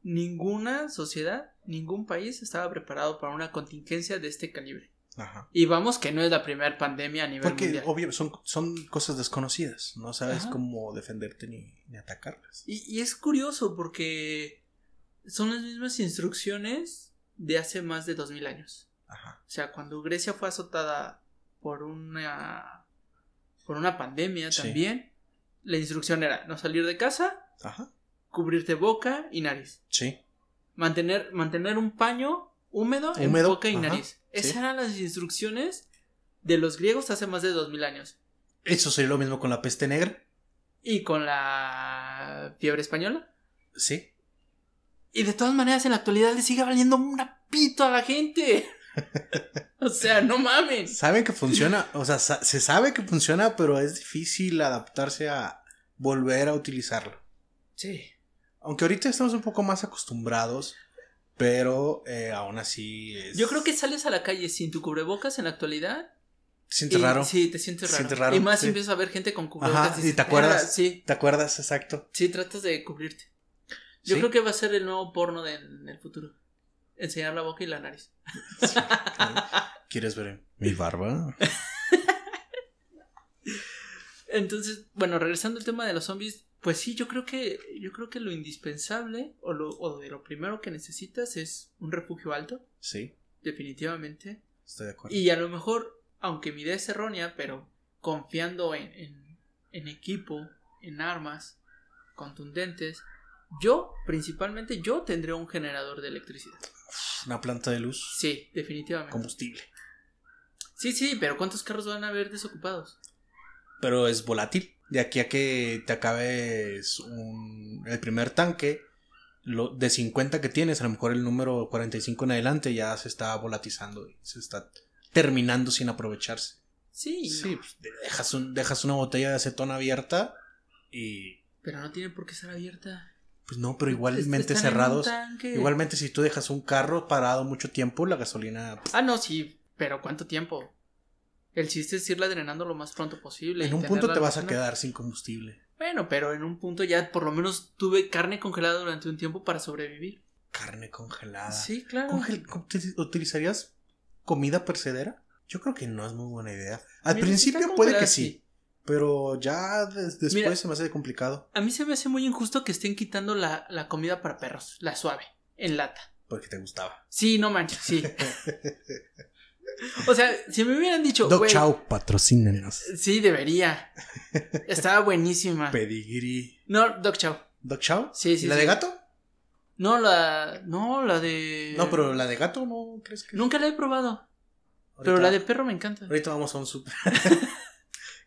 [SPEAKER 2] Ninguna sociedad, ningún país estaba preparado para una contingencia de este calibre.
[SPEAKER 1] Ajá.
[SPEAKER 2] Y vamos que no es la primera pandemia a nivel
[SPEAKER 1] Porque
[SPEAKER 2] mundial.
[SPEAKER 1] obvio, son, son cosas desconocidas, no sabes
[SPEAKER 2] Ajá.
[SPEAKER 1] cómo defenderte ni, ni atacarlas.
[SPEAKER 2] Y, y es curioso porque son las mismas instrucciones de hace más de 2000 años.
[SPEAKER 1] Ajá.
[SPEAKER 2] O sea, cuando Grecia fue azotada por una por una pandemia
[SPEAKER 1] Sí.
[SPEAKER 2] también, la instrucción era no salir de casa,
[SPEAKER 1] Ajá.
[SPEAKER 2] cubrirte boca y nariz.
[SPEAKER 1] Sí.
[SPEAKER 2] Mantener mantener un paño húmedo, en
[SPEAKER 1] Húmedo,
[SPEAKER 2] boca y
[SPEAKER 1] ajá,
[SPEAKER 2] nariz. Esas
[SPEAKER 1] sí.
[SPEAKER 2] eran las instrucciones de los griegos hace más de 2000 años.
[SPEAKER 1] Eso sería lo mismo con la peste negra.
[SPEAKER 2] Y con la fiebre española
[SPEAKER 1] Sí.
[SPEAKER 2] Y de todas maneras, en la actualidad le sigue valiendo una pito a la gente. o sea, no mamen.
[SPEAKER 1] Saben que funciona, o sea, sa- se sabe que funciona, pero es difícil adaptarse a volver a utilizarlo.
[SPEAKER 2] Sí.
[SPEAKER 1] Aunque ahorita estamos un poco más acostumbrados, pero eh, aún así es...
[SPEAKER 2] Yo creo que sales a la calle sin tu cubrebocas en la actualidad.
[SPEAKER 1] Se siente
[SPEAKER 2] y-
[SPEAKER 1] raro.
[SPEAKER 2] Sí, te sientes
[SPEAKER 1] Te
[SPEAKER 2] raro.
[SPEAKER 1] sientes raro,
[SPEAKER 2] Y más
[SPEAKER 1] sí.
[SPEAKER 2] si empiezas a ver gente con cubrebocas.
[SPEAKER 1] Ajá,
[SPEAKER 2] dices,
[SPEAKER 1] ¿y te acuerdas?
[SPEAKER 2] "Perra, Sí,
[SPEAKER 1] ¿Te acuerdas? Exacto.
[SPEAKER 2] sí, tratas de cubrirte. Yo
[SPEAKER 1] Sí.
[SPEAKER 2] creo que va a ser el nuevo porno de- en el futuro. Enseñar la boca y la nariz.
[SPEAKER 1] ¿Quieres ver mi barba?
[SPEAKER 2] Entonces, bueno, regresando al tema de los zombies, pues sí, yo creo que, yo creo que lo indispensable o, lo, o de lo primero que necesitas es un refugio alto.
[SPEAKER 1] Sí,
[SPEAKER 2] Definitivamente.
[SPEAKER 1] estoy de acuerdo.
[SPEAKER 2] Y a lo mejor, aunque mi idea es errónea, pero confiando en, en- en equipo, en armas contundentes, yo, principalmente yo, tendré un generador de electricidad.
[SPEAKER 1] Una planta de luz,
[SPEAKER 2] Sí, definitivamente.
[SPEAKER 1] combustible.
[SPEAKER 2] Sí, sí, pero ¿cuántos carros van a haber desocupados?
[SPEAKER 1] pero es volátil. De aquí a que te acabes un- el primer tanque, lo, de 50 que tienes, a lo mejor el número 45 en adelante ya se está volatizando y se está terminando sin aprovecharse.
[SPEAKER 2] Sí,
[SPEAKER 1] Sí,
[SPEAKER 2] no,
[SPEAKER 1] pues, de- dejas, un- dejas una botella de acetona abierta y...
[SPEAKER 2] pero no tiene por qué estar abierta.
[SPEAKER 1] Pues no, pero
[SPEAKER 2] Est-
[SPEAKER 1] igualmente
[SPEAKER 2] están en un
[SPEAKER 1] cerrados.
[SPEAKER 2] tanque.
[SPEAKER 1] Igualmente si tú dejas un carro parado mucho tiempo, la gasolina...
[SPEAKER 2] Ah, no, sí, pero ¿cuánto tiempo? El chiste es irla drenando lo más pronto posible.
[SPEAKER 1] En
[SPEAKER 2] y
[SPEAKER 1] un punto
[SPEAKER 2] tenerla
[SPEAKER 1] te vas a
[SPEAKER 2] almacenada.
[SPEAKER 1] quedar sin combustible.
[SPEAKER 2] Bueno, pero en un punto ya por lo menos tuve carne congelada durante un tiempo para sobrevivir.
[SPEAKER 1] Carne congelada.
[SPEAKER 2] Sí, claro.
[SPEAKER 1] Congel- co- te- ¿Utilizarías comida percedera? Yo creo que no es muy buena idea. Al
[SPEAKER 2] Mira, si
[SPEAKER 1] principio
[SPEAKER 2] está
[SPEAKER 1] puede que
[SPEAKER 2] congelada,
[SPEAKER 1] sí, pero ya des- después
[SPEAKER 2] Mira.
[SPEAKER 1] se me hace complicado.
[SPEAKER 2] A mí se me hace muy injusto que estén quitando la, la comida para perros, la suave, en lata.
[SPEAKER 1] Porque te gustaba.
[SPEAKER 2] Sí, no manches, sí. o sea, si me hubieran dicho,
[SPEAKER 1] Doc
[SPEAKER 2] "Güey,
[SPEAKER 1] Chow, patrocínenos.
[SPEAKER 2] sí, debería. Estaba buenísima.
[SPEAKER 1] Pedigree.
[SPEAKER 2] No, Doc Chow.
[SPEAKER 1] Ah. ¿Doc Chow?
[SPEAKER 2] Sí, sí,
[SPEAKER 1] ¿Y la
[SPEAKER 2] sí.
[SPEAKER 1] de gato?
[SPEAKER 2] No, la. No, la de.
[SPEAKER 1] No, pero la de gato no crees que.
[SPEAKER 2] Nunca la he probado.
[SPEAKER 1] Ahorita-
[SPEAKER 2] Pero la de perro me encanta.
[SPEAKER 1] Ahorita vamos a un super.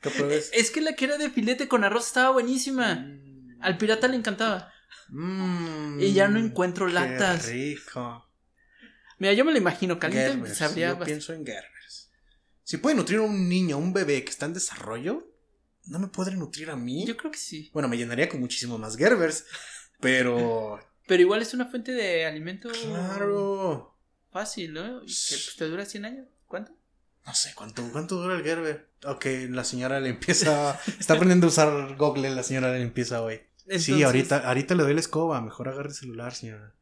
[SPEAKER 1] ¿Qué pruebes?
[SPEAKER 2] Es que la que era de filete con arroz estaba buenísima.
[SPEAKER 1] Mm.
[SPEAKER 2] Al pirata le encantaba.
[SPEAKER 1] Mm,
[SPEAKER 2] Y ya no encuentro
[SPEAKER 1] qué
[SPEAKER 2] latas.
[SPEAKER 1] rico.
[SPEAKER 2] Mira, yo me lo imagino caliente,
[SPEAKER 1] Gerber's,
[SPEAKER 2] sabría
[SPEAKER 1] yo
[SPEAKER 2] bast-
[SPEAKER 1] pienso en Gerbers. Si puede nutrir a un niño, a un bebé que está en desarrollo, no me podría nutrir a mí.
[SPEAKER 2] Yo creo que sí.
[SPEAKER 1] Bueno, me llenaría con muchísimo más Gerbers, pero
[SPEAKER 2] Pero igual es una fuente de alimento
[SPEAKER 1] Claro.
[SPEAKER 2] fácil, ¿no? Y que pues, te dura 100 años. ¿Cuánto?
[SPEAKER 1] No sé cuánto, cuánto dura el Gerber. Ok, la señora le empieza. Está aprendiendo a usar Google, la señora le empieza hoy. Sí,
[SPEAKER 2] Entonces,
[SPEAKER 1] ahorita, ahorita le doy la escoba. Mejor agarre el celular, señora.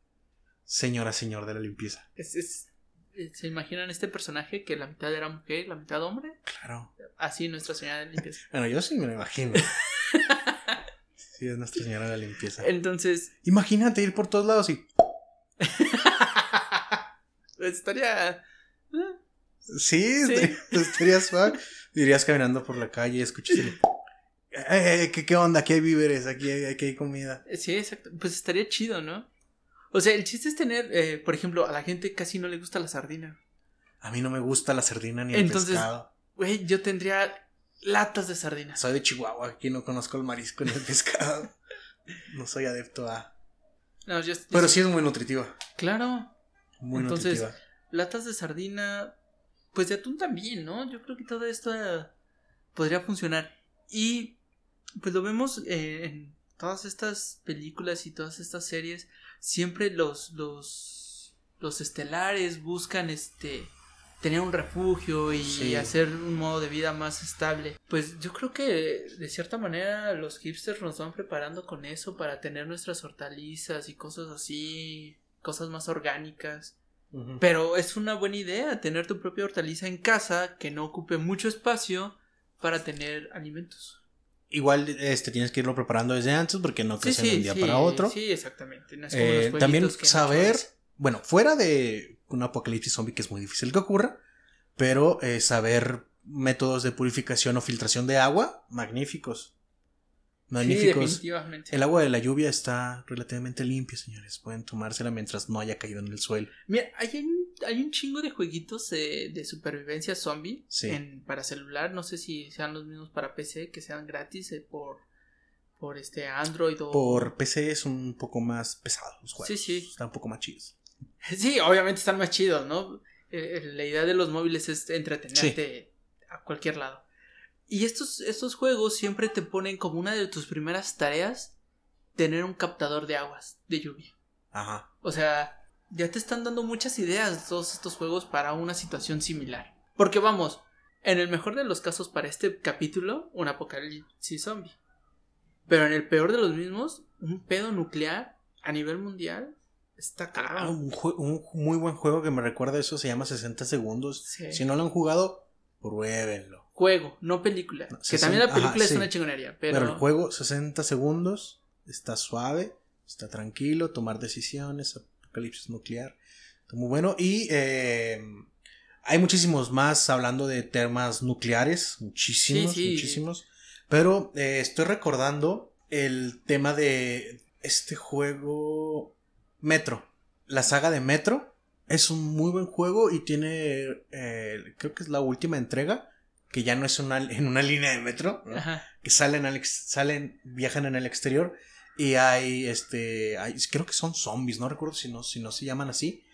[SPEAKER 1] Señora, señor de la limpieza.
[SPEAKER 2] es- es- eh, ¿Se imaginan este personaje que la mitad era mujer, la mitad hombre?
[SPEAKER 1] Claro.
[SPEAKER 2] Así nuestra señora de limpieza.
[SPEAKER 1] Bueno, yo sí me lo imagino. sí, es nuestra señora de la limpieza.
[SPEAKER 2] Entonces,
[SPEAKER 1] Imagínate ir por todos lados y.
[SPEAKER 2] pues, estaría... ah,
[SPEAKER 1] Sí, estaría- estaría suave. Dirías caminando por la calle y escuchas el- "Eh, eh, eh, ¿qué, qué onda? Aquí hay víveres, aquí hay, aquí hay comida.
[SPEAKER 2] Sí, exacto. Pues estaría chido, ¿no? O sea, el chiste es tener, eh, por ejemplo, a la gente casi no le gusta la sardina.
[SPEAKER 1] A mí no me gusta la sardina ni el
[SPEAKER 2] Entonces-
[SPEAKER 1] pescado.
[SPEAKER 2] Güey, yo tendría latas de sardinas.
[SPEAKER 1] Soy de Chihuahua, aquí no conozco el marisco ni el pescado. No soy adepto a.
[SPEAKER 2] No, yo- yo-
[SPEAKER 1] Pero sí es muy nutritiva.
[SPEAKER 2] Claro,
[SPEAKER 1] Muy
[SPEAKER 2] Entonces-
[SPEAKER 1] nutritiva.
[SPEAKER 2] latas de sardina, pues de atún también, ¿no? Yo creo que todo esto eh, podría funcionar. Y pues lo vemos eh, en todas estas películas y todas estas series, siempre los los los estelares buscan este tener un refugio y
[SPEAKER 1] Sí.
[SPEAKER 2] hacer un modo de vida más estable. Pues yo creo que de cierta manera los hipsters nos van preparando con eso para tener nuestras hortalizas y cosas así, cosas más orgánicas.
[SPEAKER 1] Ujú.
[SPEAKER 2] Pero es una buena idea tener tu propia hortaliza en casa que no ocupe mucho espacio para tener alimentos.
[SPEAKER 1] Igual este, tienes que irlo preparando desde antes porque no crecen de un día
[SPEAKER 2] sí,
[SPEAKER 1] para otro.
[SPEAKER 2] Sí, exactamente. No es como los
[SPEAKER 1] Eh,
[SPEAKER 2] jueguitos
[SPEAKER 1] también
[SPEAKER 2] que han
[SPEAKER 1] saber,
[SPEAKER 2] hecho
[SPEAKER 1] bueno, fuera de un apocalipsis zombie que es muy difícil que ocurra, pero eh, saber métodos de purificación o filtración de agua, magníficos.
[SPEAKER 2] antes.
[SPEAKER 1] Magníficos.
[SPEAKER 2] Sí, definitivamente.
[SPEAKER 1] el agua de la lluvia está relativamente limpia, señores. Pueden tomársela mientras no haya caído en el suelo.
[SPEAKER 2] Mira, hay un, hay un chingo de jueguitos eh, de supervivencia zombie
[SPEAKER 1] Sí.
[SPEAKER 2] en- para celular. No sé si sean los mismos para PC, que sean gratis eh, por, por este Android o...
[SPEAKER 1] Por PC es un poco más pesado los juegos.
[SPEAKER 2] Sí, sí.
[SPEAKER 1] Está un poco más chidos.
[SPEAKER 2] Sí, obviamente están más chidos, ¿no? Eh, eh, la idea de los móviles es entretenerte a cualquier lado. Y estos, estos juegos siempre te ponen como una de tus primeras tareas tener un captador de aguas, de lluvia.
[SPEAKER 1] Ajá.
[SPEAKER 2] O sea, ya te están dando muchas ideas todos estos juegos para una situación similar. Porque vamos, en el mejor de los casos para este capítulo, un apocalipsis zombie. Pero en el peor de los mismos, un pedo nuclear a nivel mundial está caro.
[SPEAKER 1] Ah, un, jue- un muy buen juego que me recuerda a eso se llama 60 segundos.
[SPEAKER 2] Sí.
[SPEAKER 1] Si no lo han jugado, pruébenlo.
[SPEAKER 2] juego, no película.
[SPEAKER 1] No,
[SPEAKER 2] que
[SPEAKER 1] sí,
[SPEAKER 2] también
[SPEAKER 1] sí,
[SPEAKER 2] la película
[SPEAKER 1] ajá,
[SPEAKER 2] es
[SPEAKER 1] sí.
[SPEAKER 2] una chingonería, pero,
[SPEAKER 1] Pero, el juego, 60 segundos, está suave, está tranquilo, tomar decisiones, apocalipsis nuclear, está muy bueno. Y eh, hay muchísimos más hablando de temas nucleares, muchísimos,
[SPEAKER 2] Sí, sí.
[SPEAKER 1] muchísimos. Pero eh, estoy recordando el tema de este juego Metro, la saga de Metro. Es un muy buen juego y tiene, eh, creo que es la última entrega, que ya no es una, en una línea de metro, ¿no?
[SPEAKER 2] ajá.
[SPEAKER 1] que salen al ex- salen viajan en el exterior y hay este hay- creo que son zombies no recuerdo si no si no se llaman así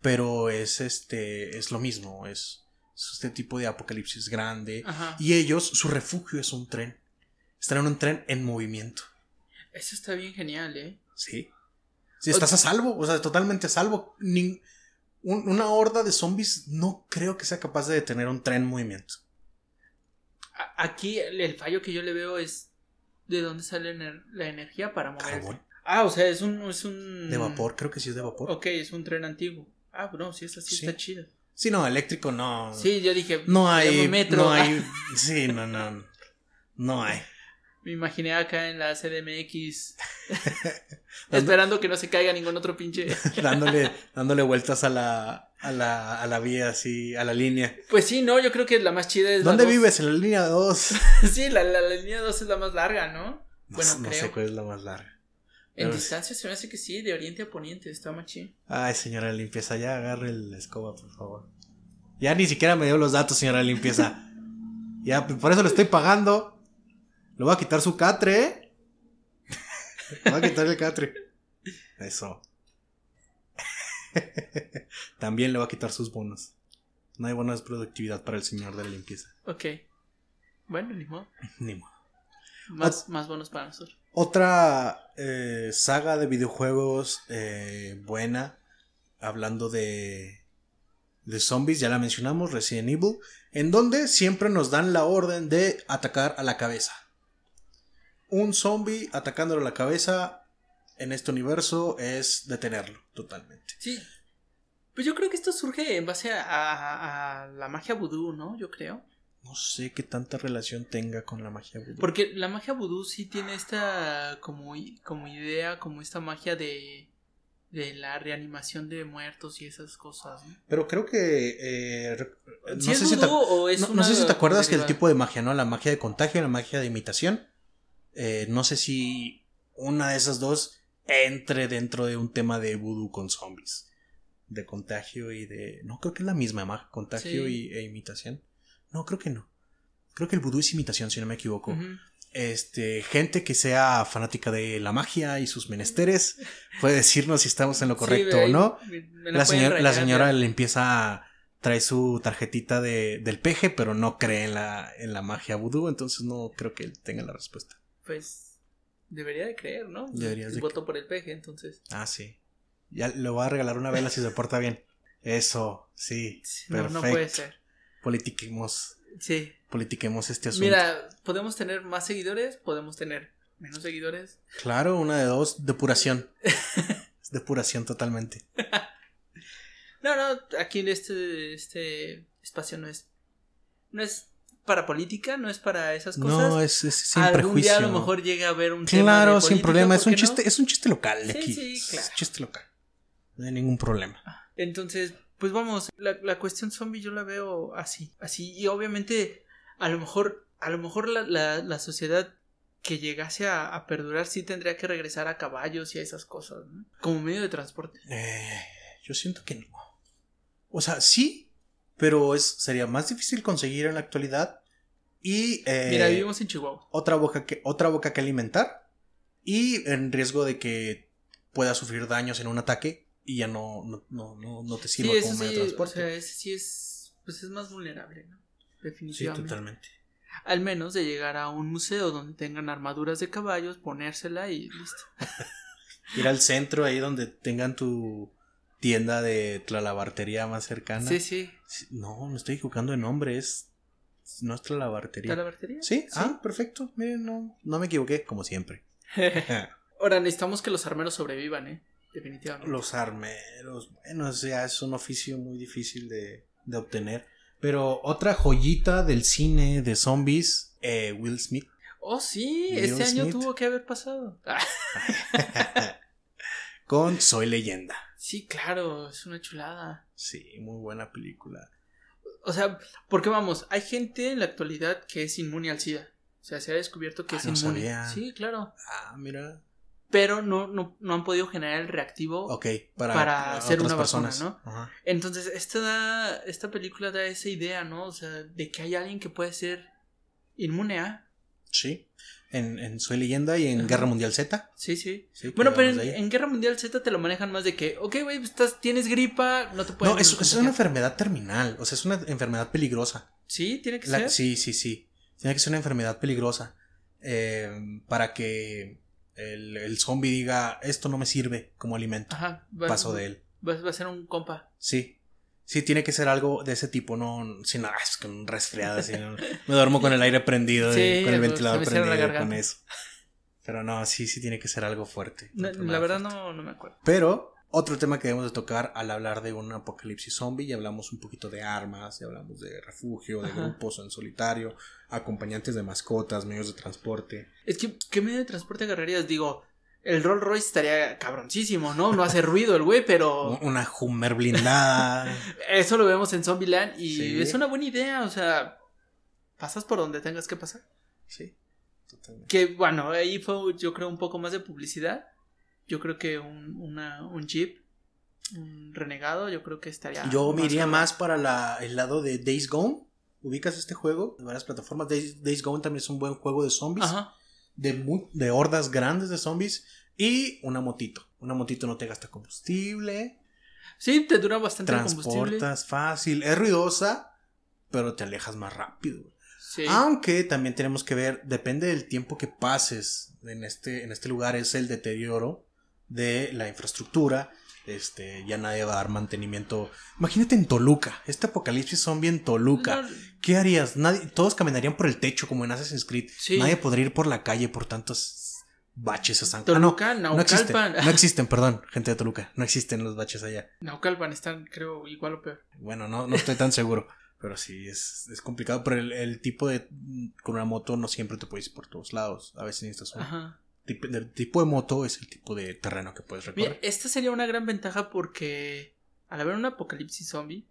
[SPEAKER 1] pero es este es lo mismo es, es este tipo de apocalipsis grande
[SPEAKER 2] ajá.
[SPEAKER 1] y ellos su refugio es un tren están en un tren en movimiento
[SPEAKER 2] Eso está bien genial, ¿eh?
[SPEAKER 1] sí si estás a salvo o sea totalmente a salvo Nin- un- una horda de zombies no creo que sea capaz de detener un tren en movimiento
[SPEAKER 2] A- aquí el, el fallo que yo le veo es de dónde sale ener- la energía para mover. el
[SPEAKER 1] carbón
[SPEAKER 2] tren. Ah, o sea, es un es un
[SPEAKER 1] de vapor creo que sí es de vapor
[SPEAKER 2] Ok, es un tren antiguo. Ah, no, sí, esta sí,
[SPEAKER 1] Sí.
[SPEAKER 2] está chido.
[SPEAKER 1] sí no eléctrico no
[SPEAKER 2] Sí, yo dije,
[SPEAKER 1] No
[SPEAKER 2] llamo
[SPEAKER 1] hay.
[SPEAKER 2] metro.
[SPEAKER 1] No hay. Sí, no, no. No hay.
[SPEAKER 2] me imaginé acá en la CDMX esperando que no se caiga ningún otro pinche.
[SPEAKER 1] Dándole, dándole vueltas a la, a la, a la vía, así, a la línea.
[SPEAKER 2] Pues sí, no, yo creo que la más chida es la
[SPEAKER 1] ¿Dónde
[SPEAKER 2] dos.
[SPEAKER 1] vives? En la línea 2.
[SPEAKER 2] Sí, la, la- la línea 2 es la más larga, ¿no?
[SPEAKER 1] No,
[SPEAKER 2] Bueno,
[SPEAKER 1] sé- no
[SPEAKER 2] creo.
[SPEAKER 1] sé cuál es la más larga.
[SPEAKER 2] En
[SPEAKER 1] Pero-
[SPEAKER 2] distancia se me hace que sí, de oriente a poniente, está machín.
[SPEAKER 1] Ay, señora limpieza, ya agarre el escoba, por favor. Ya ni siquiera me dio los datos, señora limpieza. Ya, p- por eso le estoy pagando. Le voy a quitar su catre, ¿eh? Le voy a quitar el catre. Eso. También le voy a quitar sus bonos. No hay bonos de productividad para el señor de la limpieza.
[SPEAKER 2] Ok. Bueno, ni modo.
[SPEAKER 1] Ni modo.
[SPEAKER 2] Más, más bonos para nosotros.
[SPEAKER 1] Otra eh, saga de videojuegos eh, buena, hablando de, de zombies, ya la mencionamos, Resident Evil, en donde siempre nos dan la orden de atacar a la cabeza. Un zombie atacándolo a la cabeza en este universo es detenerlo totalmente.
[SPEAKER 2] Sí. Pues yo creo que esto surge en base a, a- a la magia vudú, ¿no? Yo creo.
[SPEAKER 1] No sé qué tanta relación tenga con la magia vudú.
[SPEAKER 2] Porque la magia vudú sí tiene esta como, i- como idea, como esta magia de, de la reanimación de muertos y esas cosas. ¿no?
[SPEAKER 1] Pero creo que... eh, rec- no
[SPEAKER 2] ¿Sí es
[SPEAKER 1] sé si te-
[SPEAKER 2] vudú o es
[SPEAKER 1] no, no
[SPEAKER 2] una
[SPEAKER 1] sé si te acuerdas que el
[SPEAKER 2] derivada?
[SPEAKER 1] tipo de magia, ¿no? La magia de contagio, la magia de imitación. Eh, no sé si una de esas dos entre dentro de un tema de vudú con zombies. De contagio y de... No, creo que es la misma magia, contagio
[SPEAKER 2] Sí.
[SPEAKER 1] y, e imitación. No, creo que no. Creo que el vudú es imitación, si no me equivoco.
[SPEAKER 2] Ujú.
[SPEAKER 1] Este, gente que sea fanática de la magia y sus menesteres puede decirnos si estamos en lo
[SPEAKER 2] Sí,
[SPEAKER 1] correcto
[SPEAKER 2] ve,
[SPEAKER 1] o no.
[SPEAKER 2] me- me
[SPEAKER 1] La,
[SPEAKER 2] pueden
[SPEAKER 1] señora- la
[SPEAKER 2] rayar,
[SPEAKER 1] señora
[SPEAKER 2] ya.
[SPEAKER 1] de limpieza trae su tarjetita de, del peje, pero no cree en la, en la magia vudú, entonces no creo que él tenga la respuesta.
[SPEAKER 2] Pues debería de creer, ¿no?
[SPEAKER 1] Deberías de
[SPEAKER 2] Voto por el peje, entonces.
[SPEAKER 1] Ah, sí. Ya le voy a regalar una vela si se porta bien. Eso, sí.
[SPEAKER 2] No, no
[SPEAKER 1] Perfecto.
[SPEAKER 2] puede ser.
[SPEAKER 1] Politiquemos,
[SPEAKER 2] Sí.
[SPEAKER 1] politiquemos este asunto.
[SPEAKER 2] Mira, podemos tener más seguidores, podemos tener menos seguidores.
[SPEAKER 1] Claro, una de dos, depuración. Es depuración totalmente.
[SPEAKER 2] No, no, aquí en este, este espacio no es. No es para política, no es para esas cosas.
[SPEAKER 1] No, es, es sin
[SPEAKER 2] Algún
[SPEAKER 1] prejuicio.
[SPEAKER 2] día a lo mejor llega a haber un tema.
[SPEAKER 1] claro,
[SPEAKER 2] de
[SPEAKER 1] sin
[SPEAKER 2] política,
[SPEAKER 1] problema.
[SPEAKER 2] ¿por
[SPEAKER 1] Es un
[SPEAKER 2] qué no?
[SPEAKER 1] chiste, es un chiste local de
[SPEAKER 2] Sí,
[SPEAKER 1] aquí.
[SPEAKER 2] sí,
[SPEAKER 1] Es
[SPEAKER 2] claro.
[SPEAKER 1] un chiste local. No hay ningún problema.
[SPEAKER 2] Entonces, pues vamos, la, la cuestión zombie yo la veo así, así, y obviamente a lo mejor, a lo mejor la, la- la sociedad que llegase a, a perdurar sí tendría que regresar a caballos y a esas cosas, ¿no? Como medio de transporte.
[SPEAKER 1] Eh, yo siento que no. O sea, sí, pero es, sería más difícil conseguir en la actualidad. Y eh,
[SPEAKER 2] Mira, vivimos en Chihuahua.
[SPEAKER 1] otra, boca que, otra boca que alimentar. Y en riesgo de que pueda sufrir daños en un ataque y ya no, no, no, no, no te
[SPEAKER 2] Sí,
[SPEAKER 1] sirva
[SPEAKER 2] eso
[SPEAKER 1] como medio de
[SPEAKER 2] sí, o
[SPEAKER 1] transporte.
[SPEAKER 2] sea, ese sí es, pues es más vulnerable, ¿no?
[SPEAKER 1] sí,
[SPEAKER 2] Definitivamente.
[SPEAKER 1] totalmente.
[SPEAKER 2] Al menos de llegar a un museo donde tengan armaduras de caballos, ponérsela y listo.
[SPEAKER 1] Ir al centro, ahí donde tengan tu tienda de tlalabartería más cercana.
[SPEAKER 2] Sí, sí.
[SPEAKER 1] Sí, No, me estoy equivocando de nombre, es. No es tlalabartería.
[SPEAKER 2] ¿Está la batería?
[SPEAKER 1] ¿Sí? ah, perfecto. Miren, no, no me equivoqué, como siempre.
[SPEAKER 2] Ahora necesitamos que los armeros sobrevivan, ¿eh? Definitivamente.
[SPEAKER 1] Los armeros, bueno, o sea, es un oficio muy difícil de, de obtener. Pero otra joyita del cine de zombies, eh, Will Smith.
[SPEAKER 2] Oh, sí,
[SPEAKER 1] Will
[SPEAKER 2] este año
[SPEAKER 1] Smith.
[SPEAKER 2] tuvo que haber pasado. Ah,
[SPEAKER 1] Con Soy Leyenda.
[SPEAKER 2] sí, claro, es una chulada.
[SPEAKER 1] Sí, muy buena película.
[SPEAKER 2] O sea, porque vamos, hay gente en la actualidad que es inmune al SIDA. O sea, se ha descubierto que
[SPEAKER 1] Ah,
[SPEAKER 2] es
[SPEAKER 1] no
[SPEAKER 2] inmune.
[SPEAKER 1] sabía.
[SPEAKER 2] Sí, claro.
[SPEAKER 1] Ah, mira.
[SPEAKER 2] Pero no, no, no han podido generar el reactivo.
[SPEAKER 1] Ok, para,
[SPEAKER 2] Para hacer una vacuna,
[SPEAKER 1] ¿no? Ajá.
[SPEAKER 2] Entonces, esta, da- esta película da esa idea, ¿no? O sea, de que hay alguien que puede ser inmune a.
[SPEAKER 1] Sí. En, en Soy Leyenda y en
[SPEAKER 2] Ajá.
[SPEAKER 1] Guerra Mundial Z.
[SPEAKER 2] Sí, sí.
[SPEAKER 1] Sí,
[SPEAKER 2] Bueno, pero en,
[SPEAKER 1] hablamos de ahí.
[SPEAKER 2] en Guerra Mundial Z te lo manejan más de que, ok, güey, pues estás- tienes gripa, no te puedes.
[SPEAKER 1] no, es, es una enfermedad terminal. O sea, es una enfermedad peligrosa.
[SPEAKER 2] Sí, tiene que
[SPEAKER 1] La-
[SPEAKER 2] ser.
[SPEAKER 1] sí, sí, sí. Tiene que ser una enfermedad peligrosa. eh, para que el, el zombie diga, esto no me sirve como alimento.
[SPEAKER 2] Ajá. va-
[SPEAKER 1] Paso de él.
[SPEAKER 2] Va, va a ser un compa.
[SPEAKER 1] Sí. Sí, tiene que ser algo de ese tipo, no sin ah, es que un resfriado, así, no, me duermo con el aire prendido, de-
[SPEAKER 2] Sí,
[SPEAKER 1] con el
[SPEAKER 2] algo,
[SPEAKER 1] ventilador
[SPEAKER 2] se me cierra la
[SPEAKER 1] prendido, con
[SPEAKER 2] garganta.
[SPEAKER 1] eso. Pero no, sí, sí tiene que ser algo fuerte.
[SPEAKER 2] No,
[SPEAKER 1] una
[SPEAKER 2] la
[SPEAKER 1] enfermedad
[SPEAKER 2] verdad
[SPEAKER 1] fuerte.
[SPEAKER 2] no, no me acuerdo.
[SPEAKER 1] Pero otro tema que debemos de tocar al hablar de un apocalipsis zombie, y hablamos un poquito de armas, y hablamos de refugio, de
[SPEAKER 2] Ajá.
[SPEAKER 1] grupos en solitario, acompañantes de mascotas, medios de transporte.
[SPEAKER 2] Es que, ¿qué medio de transporte agarrarías? Digo, el Rolls Royce estaría cabroncísimo, ¿no? No hace ruido el güey, pero
[SPEAKER 1] u- Una Hummer blindada.
[SPEAKER 2] eso lo vemos en Zombieland y
[SPEAKER 1] Sí.
[SPEAKER 2] es una buena idea, o sea, pasas por donde tengas que pasar.
[SPEAKER 1] sí, totalmente.
[SPEAKER 2] Que bueno, ahí fue yo creo un poco más de publicidad. Yo creo que un, una, un jeep, un renegado, yo creo que estaría...
[SPEAKER 1] Yo me iría
[SPEAKER 2] cabrón.
[SPEAKER 1] más para la- el lado de Days Gone. ¿Ubicas este juego? En varias plataformas. Days, Days Gone también es un buen juego de zombies.
[SPEAKER 2] Ajá.
[SPEAKER 1] de, mu- de hordas grandes de zombies. Y una motito. Una motito no te gasta combustible.
[SPEAKER 2] Sí, te dura bastante el combustible.
[SPEAKER 1] transportas fácil, es ruidosa, pero te alejas más rápido.
[SPEAKER 2] Sí.
[SPEAKER 1] Aunque también tenemos que ver, depende del tiempo que pases en este, en este lugar, es el deterioro de la infraestructura. Este, ya nadie va a dar mantenimiento. Imagínate en Toluca, este apocalipsis zombie en Toluca.
[SPEAKER 2] No,
[SPEAKER 1] ¿Qué harías? Nadie, todos caminarían por el techo como en Assassin's Creed.
[SPEAKER 2] Sí.
[SPEAKER 1] Nadie podría ir por la calle por tantos baches a sangre. Ah, no,
[SPEAKER 2] Toluca,
[SPEAKER 1] no existen.
[SPEAKER 2] Naucalpan.
[SPEAKER 1] No existen, perdón, gente de Toluca. No existen los baches allá.
[SPEAKER 2] Naucalpan están, creo, igual o peor.
[SPEAKER 1] Bueno, no, no estoy tan seguro. Pero sí, es, es complicado. Pero el, el tipo de. mm, Con una moto no siempre te puedes ir por todos lados. A veces necesitas un.
[SPEAKER 2] Ajá.
[SPEAKER 1] tip- el tipo de moto es el tipo de terreno que puedes
[SPEAKER 2] Mira,
[SPEAKER 1] recorrer.
[SPEAKER 2] esta sería una gran ventaja porque al haber un apocalipsis zombie,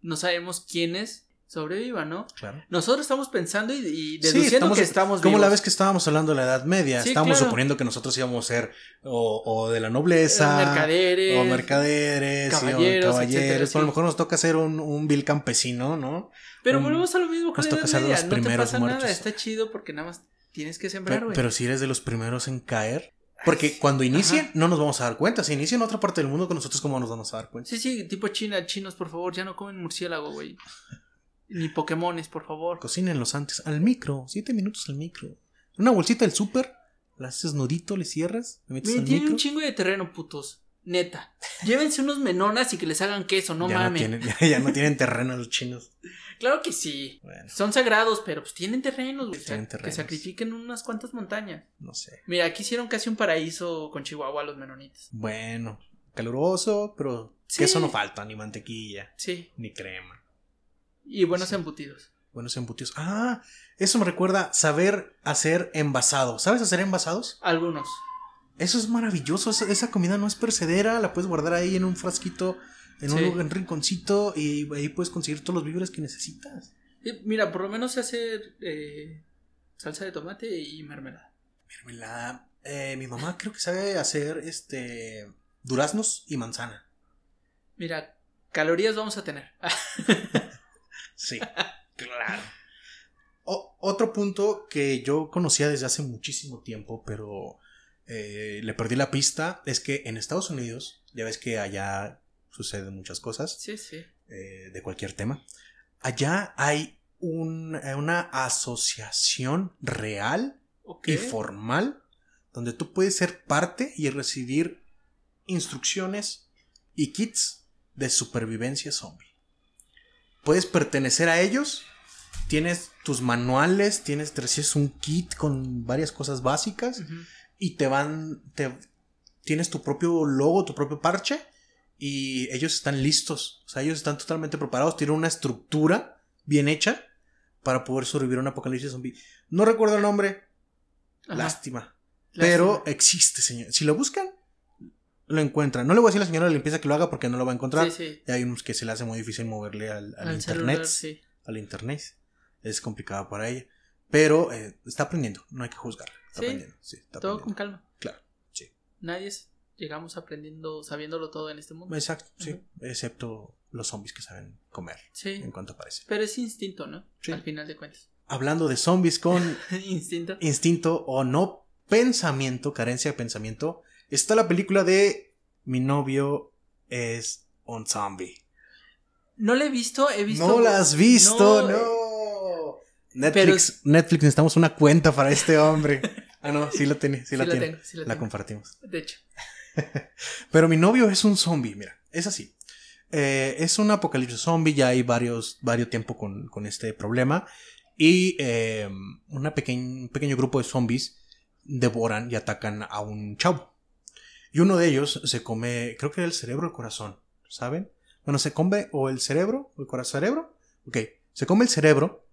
[SPEAKER 2] no sabemos quiénes sobrevivan, ¿no?
[SPEAKER 1] Claro.
[SPEAKER 2] Nosotros estamos pensando y, y
[SPEAKER 1] Sí,
[SPEAKER 2] deduciendo
[SPEAKER 1] estamos-
[SPEAKER 2] que estamos
[SPEAKER 1] Como
[SPEAKER 2] vivos.
[SPEAKER 1] la vez que estábamos hablando de la Edad Media,
[SPEAKER 2] Sí,
[SPEAKER 1] estábamos
[SPEAKER 2] claro.
[SPEAKER 1] suponiendo que nosotros íbamos a ser o, o de la
[SPEAKER 2] Eh,
[SPEAKER 1] nobleza,
[SPEAKER 2] mercaderes,
[SPEAKER 1] o mercaderes, sí, o
[SPEAKER 2] caballeros,
[SPEAKER 1] caballeros,
[SPEAKER 2] etcétera,
[SPEAKER 1] o a lo
[SPEAKER 2] sí.
[SPEAKER 1] mejor nos toca ser un, un vil campesino, ¿no?
[SPEAKER 2] Pero
[SPEAKER 1] Mm.
[SPEAKER 2] volvemos a lo mismo
[SPEAKER 1] Nos
[SPEAKER 2] con la
[SPEAKER 1] toca
[SPEAKER 2] Edad
[SPEAKER 1] ser los
[SPEAKER 2] Media, No te
[SPEAKER 1] primeros
[SPEAKER 2] pasa nada,
[SPEAKER 1] muertos.
[SPEAKER 2] está chido porque nada más tienes que
[SPEAKER 1] Pe-
[SPEAKER 2] sembrar,
[SPEAKER 1] Pero,
[SPEAKER 2] güey.
[SPEAKER 1] si eres de los primeros en caer. Porque
[SPEAKER 2] Ay,
[SPEAKER 1] cuando inicien,
[SPEAKER 2] ajá.
[SPEAKER 1] no nos vamos a dar cuenta. Si inician en otra parte del mundo con nosotros, ¿cómo nos vamos a dar cuenta?
[SPEAKER 2] Sí, sí, tipo China, chinos, por favor, ya no comen murciélago, güey. Ni Pokémones, por favor.
[SPEAKER 1] Cocínenlos antes. Al micro, siete minutos al micro. Una bolsita del súper, la haces nudito, le cierras, le metes
[SPEAKER 2] Miren,
[SPEAKER 1] al
[SPEAKER 2] tienen
[SPEAKER 1] micro.
[SPEAKER 2] un chingo de terreno, putos. Neta. Llévense unos menonas y que les hagan queso, no
[SPEAKER 1] ya,
[SPEAKER 2] mames.
[SPEAKER 1] No tienen, ya no tienen terreno los chinos.
[SPEAKER 2] Claro que sí.
[SPEAKER 1] Bueno,
[SPEAKER 2] Son sagrados, pero pues tienen terrenos, güey.
[SPEAKER 1] Tienen
[SPEAKER 2] o sea, Que
[SPEAKER 1] terrenos.
[SPEAKER 2] sacrifiquen unas cuantas montañas.
[SPEAKER 1] no sé.
[SPEAKER 2] Mira, aquí hicieron casi un paraíso con Chihuahua los menonitas.
[SPEAKER 1] Bueno, caluroso, pero
[SPEAKER 2] Sí.
[SPEAKER 1] queso no falta, ni mantequilla,
[SPEAKER 2] Sí.
[SPEAKER 1] ni crema.
[SPEAKER 2] Y buenos
[SPEAKER 1] Sí.
[SPEAKER 2] embutidos.
[SPEAKER 1] Buenos embutidos. Ah, eso me recuerda saber hacer envasado. ¿Sabes hacer envasados?
[SPEAKER 2] Algunos.
[SPEAKER 1] Eso es maravilloso. Esa, esa comida no es percedera. La puedes guardar ahí en un frasquito, en un
[SPEAKER 2] Sí.
[SPEAKER 1] lugar- en un rinconcito y ahí puedes conseguir todos los víveres que necesitas.
[SPEAKER 2] Eh, Mira, por lo menos se hace eh, salsa de tomate y mermelada.
[SPEAKER 1] Mermelada. Eh, mi mamá creo que sabe hacer este duraznos y manzana.
[SPEAKER 2] Mira, calorías vamos a tener. Ah,
[SPEAKER 1] Sí, claro. O- otro punto que yo conocía desde hace muchísimo tiempo, pero eh, le perdí la pista, es que en Estados Unidos, ya ves que allá suceden muchas cosas
[SPEAKER 2] sí, sí.
[SPEAKER 1] eh, de cualquier tema, allá hay un- eh, una asociación real
[SPEAKER 2] Ok.
[SPEAKER 1] y formal donde tú puedes ser parte y recibir instrucciones y kits de supervivencia zombie. Puedes pertenecer a ellos, tienes tus manuales, tienes te recibes un kit con varias cosas básicas
[SPEAKER 2] Ujú.
[SPEAKER 1] y te van te tienes tu propio logo, tu propio parche y ellos están listos, o sea, ellos están totalmente preparados, tienen una estructura bien hecha para poder sobrevivir a un apocalipsis zombie. No recuerdo el nombre,
[SPEAKER 2] Ajá.
[SPEAKER 1] Lástima.
[SPEAKER 2] Lástima.
[SPEAKER 1] Pero existe, señor. Si lo buscan, lo encuentran. No le voy a decir a la señora de limpieza que lo haga porque no lo va a encontrar.
[SPEAKER 2] Sí, sí.
[SPEAKER 1] Y hay unos que se le hace muy difícil moverle al, al
[SPEAKER 2] Al
[SPEAKER 1] internet.
[SPEAKER 2] celular, sí.
[SPEAKER 1] Al internet. Es complicado para ella. Pero eh, está aprendiendo. No hay que juzgarla. Está
[SPEAKER 2] Sí.
[SPEAKER 1] aprendiendo. Sí, está
[SPEAKER 2] Todo con
[SPEAKER 1] aprendiendo.
[SPEAKER 2] calma.
[SPEAKER 1] Claro, sí.
[SPEAKER 2] Nadie es- llegamos aprendiendo, sabiéndolo todo en este mundo.
[SPEAKER 1] Exacto, sí.
[SPEAKER 2] Ajá.
[SPEAKER 1] Excepto los zombies que saben comer.
[SPEAKER 2] Sí.
[SPEAKER 1] En cuanto aparecen.
[SPEAKER 2] Pero es instinto, ¿no?
[SPEAKER 1] Sí.
[SPEAKER 2] Al final de cuentas.
[SPEAKER 1] Hablando de zombies con
[SPEAKER 2] instinto.
[SPEAKER 1] instinto o no pensamiento, carencia de pensamiento, está la película de Mi novio es un zombie.
[SPEAKER 2] No lo he visto, he visto.
[SPEAKER 1] No la has visto, no.
[SPEAKER 2] eh,
[SPEAKER 1] Netflix, Netflix, necesitamos una cuenta para este hombre. ah, no, sí la tiene, sí,
[SPEAKER 2] Sí,
[SPEAKER 1] la,
[SPEAKER 2] la
[SPEAKER 1] tiene.
[SPEAKER 2] tengo, sí la,
[SPEAKER 1] la
[SPEAKER 2] tengo.
[SPEAKER 1] compartimos.
[SPEAKER 2] De hecho.
[SPEAKER 1] Pero mi novio es un zombie, mira, es así. Eh, es un apocalipsis zombie, ya hay varios, varios tiempo con, con este problema. Y eh, una pequeñ- un pequeño grupo de zombies devoran y atacan a un chavo. Y uno de ellos se come, creo que era el cerebro o el corazón, ¿saben? Bueno, se come o el cerebro o el corazón cerebro. Ok, se come el cerebro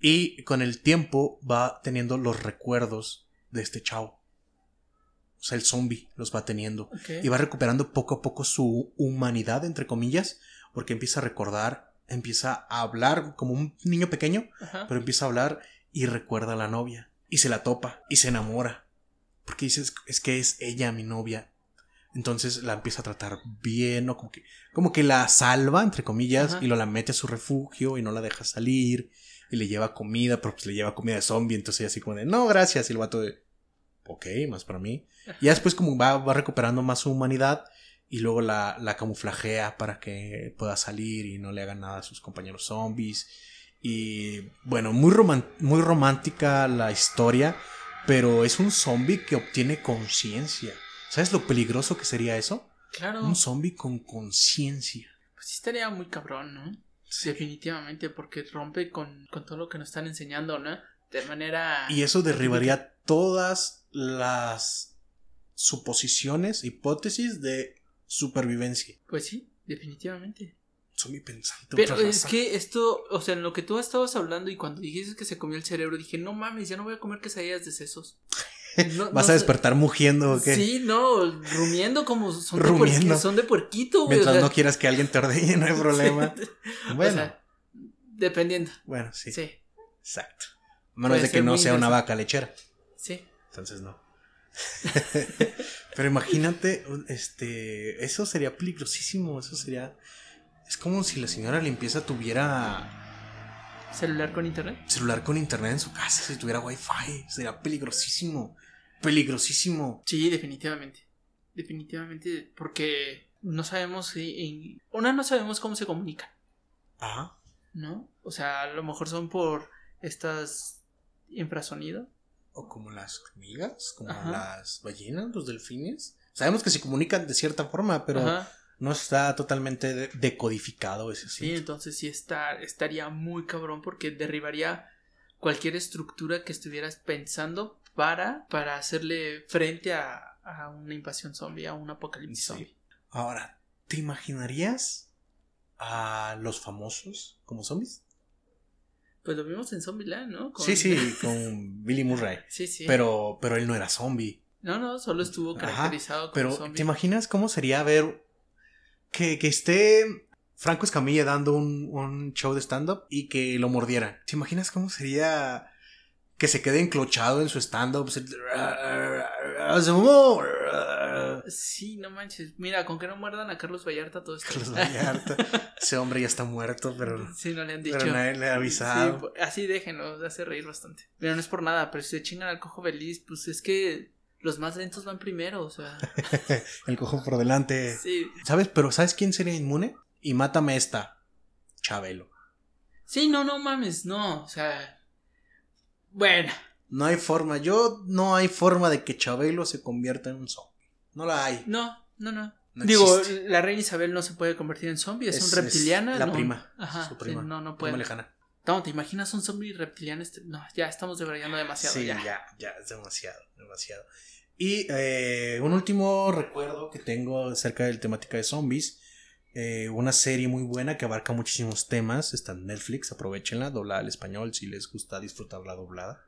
[SPEAKER 1] y con el tiempo va teniendo los recuerdos de este chavo. O sea, el zombie los va teniendo
[SPEAKER 2] Ok.
[SPEAKER 1] y va recuperando poco a poco su humanidad, entre comillas, porque empieza a recordar, empieza a hablar como un niño pequeño,
[SPEAKER 2] Ajá.
[SPEAKER 1] pero empieza a hablar y recuerda a la novia, y se la topa, y se enamora, porque dices, es que es ella mi novia. Entonces la empieza a tratar bien, ¿no? como, que, como que la salva, entre comillas,
[SPEAKER 2] Ajá.
[SPEAKER 1] y lo la mete a su refugio y no la deja salir, y le lleva comida, pero pues le lleva comida de zombie, entonces ella así como de, no, gracias, y el vato de, ok, más para mí. Y ya después como va, va recuperando más su humanidad y luego la, la camuflajea para que pueda salir y no le hagan nada a sus compañeros zombies. Y bueno, muy, roman- muy romántica la historia, pero es un zombie que obtiene conciencia. ¿Sabes lo peligroso que sería eso?
[SPEAKER 2] Claro.
[SPEAKER 1] Un zombie con conciencia.
[SPEAKER 2] Pues sí estaría muy cabrón, ¿no? Definitivamente, porque rompe con, con todo lo que nos están enseñando, ¿no? De manera...
[SPEAKER 1] Y eso derribaría todas las suposiciones, hipótesis de supervivencia.
[SPEAKER 2] Pues sí, definitivamente.
[SPEAKER 1] Zombie pensante.
[SPEAKER 2] Pero
[SPEAKER 1] otra
[SPEAKER 2] es
[SPEAKER 1] raza.
[SPEAKER 2] que esto, o sea, en lo que tú estabas hablando y cuando dijiste que se comió el cerebro, dije, no mames, ya no voy a comer quesadillas de sesos. No-
[SPEAKER 1] ¿Vas
[SPEAKER 2] no
[SPEAKER 1] a
[SPEAKER 2] sé-
[SPEAKER 1] despertar mugiendo o qué?
[SPEAKER 2] Sí, no, rumiendo como son, De,
[SPEAKER 1] Rumiendo.
[SPEAKER 2] puerqui- son de puerquito, güey.
[SPEAKER 1] Mientras
[SPEAKER 2] o sea,
[SPEAKER 1] no quieras que alguien te ordene, no hay problema. Bueno,
[SPEAKER 2] o sea, dependiendo.
[SPEAKER 1] bueno,
[SPEAKER 2] Sí,
[SPEAKER 1] sí,
[SPEAKER 2] sí.
[SPEAKER 1] exacto. A menos
[SPEAKER 2] Puede
[SPEAKER 1] de que
[SPEAKER 2] ser
[SPEAKER 1] no
[SPEAKER 2] muy
[SPEAKER 1] sea una
[SPEAKER 2] interesante.
[SPEAKER 1] vaca lechera. Entonces no. Pero imagínate, un- este, eso sería peligrosísimo, eso sería... Es como si la señora limpieza tuviera
[SPEAKER 2] Celular con internet.
[SPEAKER 1] celular con internet en su casa, si tuviera wifi, sería peligrosísimo, peligrosísimo.
[SPEAKER 2] Sí, definitivamente. Definitivamente, porque no sabemos si... en- Una, no sabemos cómo se comunican,
[SPEAKER 1] Ajá.
[SPEAKER 2] ¿no? O sea, a lo mejor son por estas infrasonido.
[SPEAKER 1] O como las hormigas, como
[SPEAKER 2] Ajá.
[SPEAKER 1] las ballenas, los delfines. Sabemos que se comunican de cierta forma, pero
[SPEAKER 2] Ajá.
[SPEAKER 1] no está totalmente de- decodificado ese
[SPEAKER 2] Sí,
[SPEAKER 1] sí.
[SPEAKER 2] entonces sí está, estaría muy cabrón porque derribaría cualquier estructura que estuvieras pensando para, para hacerle frente a, a una invasión zombie, a un apocalipsis
[SPEAKER 1] Sí.
[SPEAKER 2] zombie.
[SPEAKER 1] Ahora, ¿te imaginarías a los famosos como zombies?
[SPEAKER 2] Pues lo vimos en Zombieland, ¿no? Con-
[SPEAKER 1] Sí, sí, con Billy Murray.
[SPEAKER 2] Sí, sí.
[SPEAKER 1] Pero, pero él no era zombie.
[SPEAKER 2] No, no, solo estuvo
[SPEAKER 1] Ajá,
[SPEAKER 2] caracterizado como
[SPEAKER 1] Pero,
[SPEAKER 2] zombie.
[SPEAKER 1] ¿te imaginas cómo sería ver que, que esté Franco Escamilla dando un, un show de stand-up y que lo mordieran? ¿Te imaginas cómo sería que se quede enclochado en su stand-up? Se- Se mamó.
[SPEAKER 2] Sí, no manches. Mira, con que no muerdan a Carlos Vallarta todo esto.
[SPEAKER 1] Carlos Vallarta. Ese hombre ya está muerto, pero,
[SPEAKER 2] sí, no le han dicho.
[SPEAKER 1] pero nadie le ha
[SPEAKER 2] Sí, pues.
[SPEAKER 1] avisado.
[SPEAKER 2] po- así déjenlo, hace reír bastante. Pero no es por nada, pero si se chingan al cojo feliz, pues es que los más lentos van primero, o sea.
[SPEAKER 1] El cojo por delante.
[SPEAKER 2] Sí,
[SPEAKER 1] ¿Sabes? Pero ¿sabes quién sería inmune? Y mátame esta. Chabelo.
[SPEAKER 2] sí, no, no mames, no, o sea. Bueno,
[SPEAKER 1] No hay forma. Yo no hay forma de que Chabelo se convierta en un zombie. No la hay.
[SPEAKER 2] no, no, no.
[SPEAKER 1] No
[SPEAKER 2] Digo,
[SPEAKER 1] existe.
[SPEAKER 2] la reina Isabel no se puede convertir en zombie, es,
[SPEAKER 1] Es-
[SPEAKER 2] un reptiliana.
[SPEAKER 1] es la
[SPEAKER 2] no.
[SPEAKER 1] prima,
[SPEAKER 2] Ajá,
[SPEAKER 1] su prima,
[SPEAKER 2] sí, no, no
[SPEAKER 1] Prima
[SPEAKER 2] puede.
[SPEAKER 1] lejana.
[SPEAKER 2] No, ¿te imaginas un zombie reptiliano? Este- No, ya estamos debrayando demasiado.
[SPEAKER 1] sí,
[SPEAKER 2] ya.
[SPEAKER 1] ya. ya, es demasiado, demasiado. Y eh, un último recuerdo que tengo acerca de la temática de zombies. eh, una serie muy buena que abarca muchísimos temas. Está en Netflix, aprovechenla, doblada al español si les gusta disfrutarla doblada.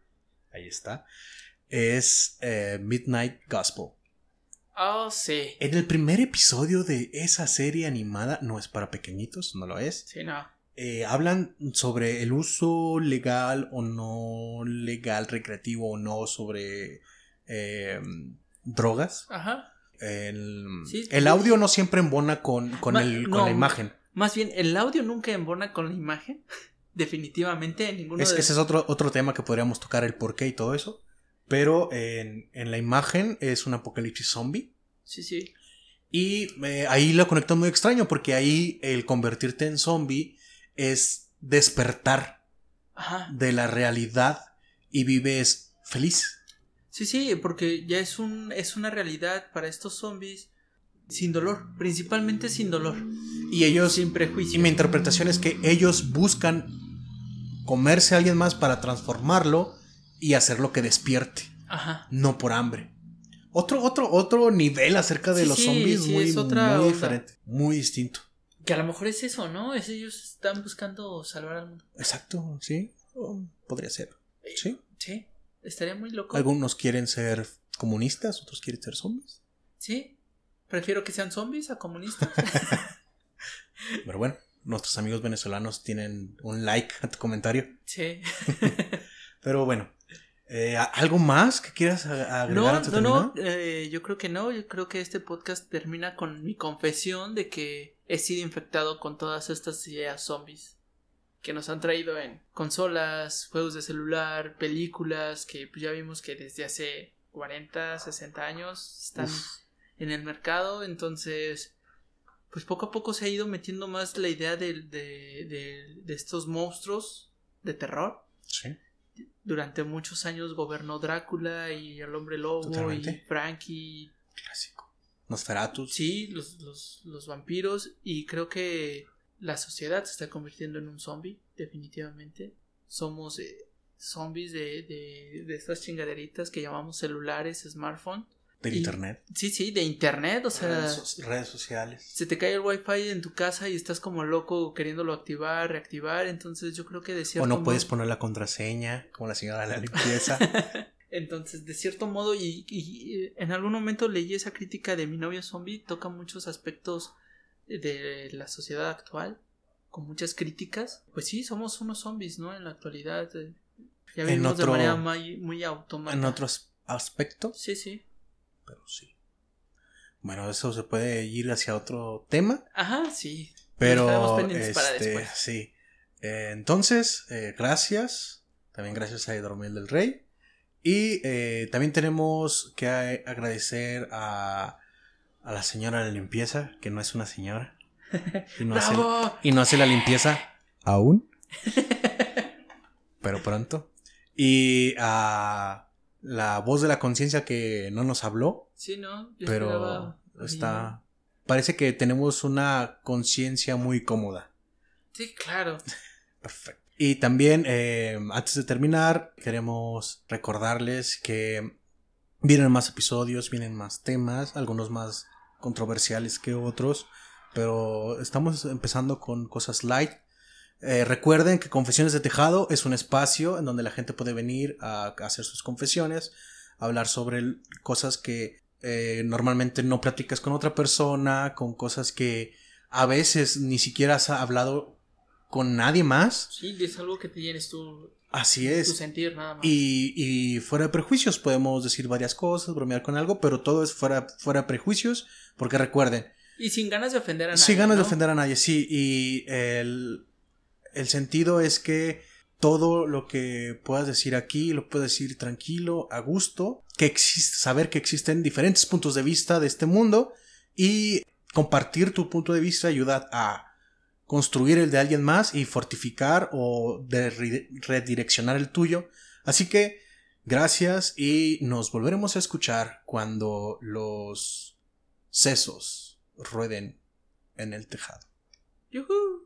[SPEAKER 1] Ahí está. Es eh, Midnight Gospel.
[SPEAKER 2] Oh, sí.
[SPEAKER 1] En el primer episodio de esa serie animada, no es para pequeñitos, no lo es.
[SPEAKER 2] Sí, no.
[SPEAKER 1] eh, hablan sobre el uso legal o no legal, recreativo o no, sobre eh, drogas.
[SPEAKER 2] Ajá.
[SPEAKER 1] El,
[SPEAKER 2] Sí,
[SPEAKER 1] el
[SPEAKER 2] sí.
[SPEAKER 1] audio no siempre embona con, con,
[SPEAKER 2] Ma-
[SPEAKER 1] el- con
[SPEAKER 2] no,
[SPEAKER 1] la imagen.
[SPEAKER 2] Más bien, el audio nunca embona con la imagen. Definitivamente, en ninguno
[SPEAKER 1] Es,
[SPEAKER 2] de
[SPEAKER 1] ese es otro, otro tema que podríamos tocar, el por qué y todo eso. Pero en, en la imagen es un apocalipsis zombie.
[SPEAKER 2] Sí, sí.
[SPEAKER 1] Y eh, ahí lo conectan muy extraño porque ahí el convertirte en zombie es despertar
[SPEAKER 2] Ajá.
[SPEAKER 1] de la realidad y vives feliz.
[SPEAKER 2] Sí, sí, porque ya es, un, es una realidad para estos zombies sin dolor, principalmente sin dolor,
[SPEAKER 1] Y ellos,
[SPEAKER 2] sin
[SPEAKER 1] y
[SPEAKER 2] prejuicio.
[SPEAKER 1] mi interpretación es que ellos buscan comerse a alguien más para transformarlo y hacerlo que despierte,
[SPEAKER 2] Ajá.
[SPEAKER 1] no por hambre. Otro, otro, otro nivel acerca de
[SPEAKER 2] Sí,
[SPEAKER 1] los
[SPEAKER 2] sí,
[SPEAKER 1] zombies
[SPEAKER 2] sí,
[SPEAKER 1] muy,
[SPEAKER 2] es otra
[SPEAKER 1] muy
[SPEAKER 2] onda.
[SPEAKER 1] diferente, muy distinto.
[SPEAKER 2] Que a lo mejor es eso, ¿no? Es ellos están buscando salvar al mundo.
[SPEAKER 1] Exacto, sí, Oh, podría ser.
[SPEAKER 2] Eh,
[SPEAKER 1] Sí.
[SPEAKER 2] Sí, estaría muy loco.
[SPEAKER 1] Algunos quieren ser comunistas, otros quieren ser zombies.
[SPEAKER 2] Sí, prefiero que sean zombies a comunistas.
[SPEAKER 1] Pero bueno, nuestros amigos venezolanos tienen un like a tu comentario.
[SPEAKER 2] sí.
[SPEAKER 1] Pero bueno, eh, ¿a- ¿algo más que quieras a- agregar
[SPEAKER 2] No,
[SPEAKER 1] antes de
[SPEAKER 2] no, no,
[SPEAKER 1] terminar?
[SPEAKER 2] eh, yo creo que no. Yo creo que este podcast termina con mi confesión de que he sido infectado con todas estas ideas zombies que nos han traído en consolas, juegos de celular, películas que pues, ya vimos que desde hace 40, 60 años están
[SPEAKER 1] Uf.
[SPEAKER 2] en el mercado. Entonces, pues poco a poco se ha ido metiendo más la idea del- de, de- de estos monstruos de terror.
[SPEAKER 1] Sí.
[SPEAKER 2] Durante muchos años gobernó Drácula y el hombre lobo
[SPEAKER 1] Totalmente.
[SPEAKER 2] y Frankie.
[SPEAKER 1] Clásico. Nosferatus.
[SPEAKER 2] Sí, los, los, los vampiros. Y creo que la sociedad se está convirtiendo en un zombie, definitivamente. Somos eh, zombies de, de, de estas chingaderitas que llamamos celulares, smartphone.
[SPEAKER 1] Del
[SPEAKER 2] Y-
[SPEAKER 1] internet.
[SPEAKER 2] Sí, sí, de internet, o sea...
[SPEAKER 1] redes, so- redes sociales.
[SPEAKER 2] se te cae el wifi en tu casa y estás como loco queriéndolo activar, reactivar, entonces yo creo que de cierto
[SPEAKER 1] O no
[SPEAKER 2] modo-
[SPEAKER 1] puedes poner la contraseña, como la señora de la limpieza.
[SPEAKER 2] Entonces, de cierto modo, y, y, eh, en algún momento leí esa crítica de mi novio zombie, toca muchos aspectos de la sociedad actual, con muchas críticas. Pues sí, somos unos zombies, ¿no? En la actualidad. eh, Ya
[SPEAKER 1] En
[SPEAKER 2] vivimos
[SPEAKER 1] otro-
[SPEAKER 2] de manera muy, muy automática.
[SPEAKER 1] en otros aspectos,
[SPEAKER 2] Sí, sí.
[SPEAKER 1] pero sí. Bueno, eso se puede ir hacia otro tema,
[SPEAKER 2] Ajá, sí.
[SPEAKER 1] pero
[SPEAKER 2] dejaremos pendientes para
[SPEAKER 1] este,
[SPEAKER 2] después.
[SPEAKER 1] sí. Eh, entonces, eh, gracias. También gracias a Edormel del Rey. Y eh, también tenemos que a- agradecer a, a la señora de la limpieza, que no es una señora. Y no hace-
[SPEAKER 2] ¡Bravo!
[SPEAKER 1] y no hace la limpieza aún, pero pronto. Y a la voz de la conciencia que no nos habló,
[SPEAKER 2] sí, ¿no? Yo
[SPEAKER 1] pero
[SPEAKER 2] esperaba-
[SPEAKER 1] está... Parece que tenemos una conciencia muy cómoda.
[SPEAKER 2] Sí, claro.
[SPEAKER 1] Perfecto. Y también, eh, antes de terminar, queremos recordarles que vienen más episodios, vienen más temas, algunos más controversiales que otros, pero estamos empezando con cosas light. Eh, recuerden que Confesiones de Tejado es un espacio en donde la gente puede venir a, a hacer sus confesiones, a hablar sobre el- cosas que eh, normalmente no platicas con otra persona, con cosas que a veces ni siquiera has hablado con nadie más.
[SPEAKER 2] Sí, es algo que te llenes tú,
[SPEAKER 1] Así
[SPEAKER 2] tu
[SPEAKER 1] es.
[SPEAKER 2] sentir nada más.
[SPEAKER 1] Y, y fuera de prejuicios podemos decir varias cosas, bromear con algo, pero todo es fuera, fuera de prejuicios, porque recuerden,
[SPEAKER 2] Y sin ganas de ofender a nadie.
[SPEAKER 1] sin ganas de
[SPEAKER 2] ¿no?
[SPEAKER 1] ofender a nadie, sí. Y el, el sentido es que todo lo que puedas decir aquí lo puedes decir tranquilo, a gusto, que existe, saber que existen diferentes puntos de vista de este mundo y compartir tu punto de vista ayuda a construir el de alguien más y fortificar o de- re- redireccionar el tuyo. Así que gracias y nos volveremos a escuchar cuando los sesos rueden en el tejado.
[SPEAKER 2] Yujú.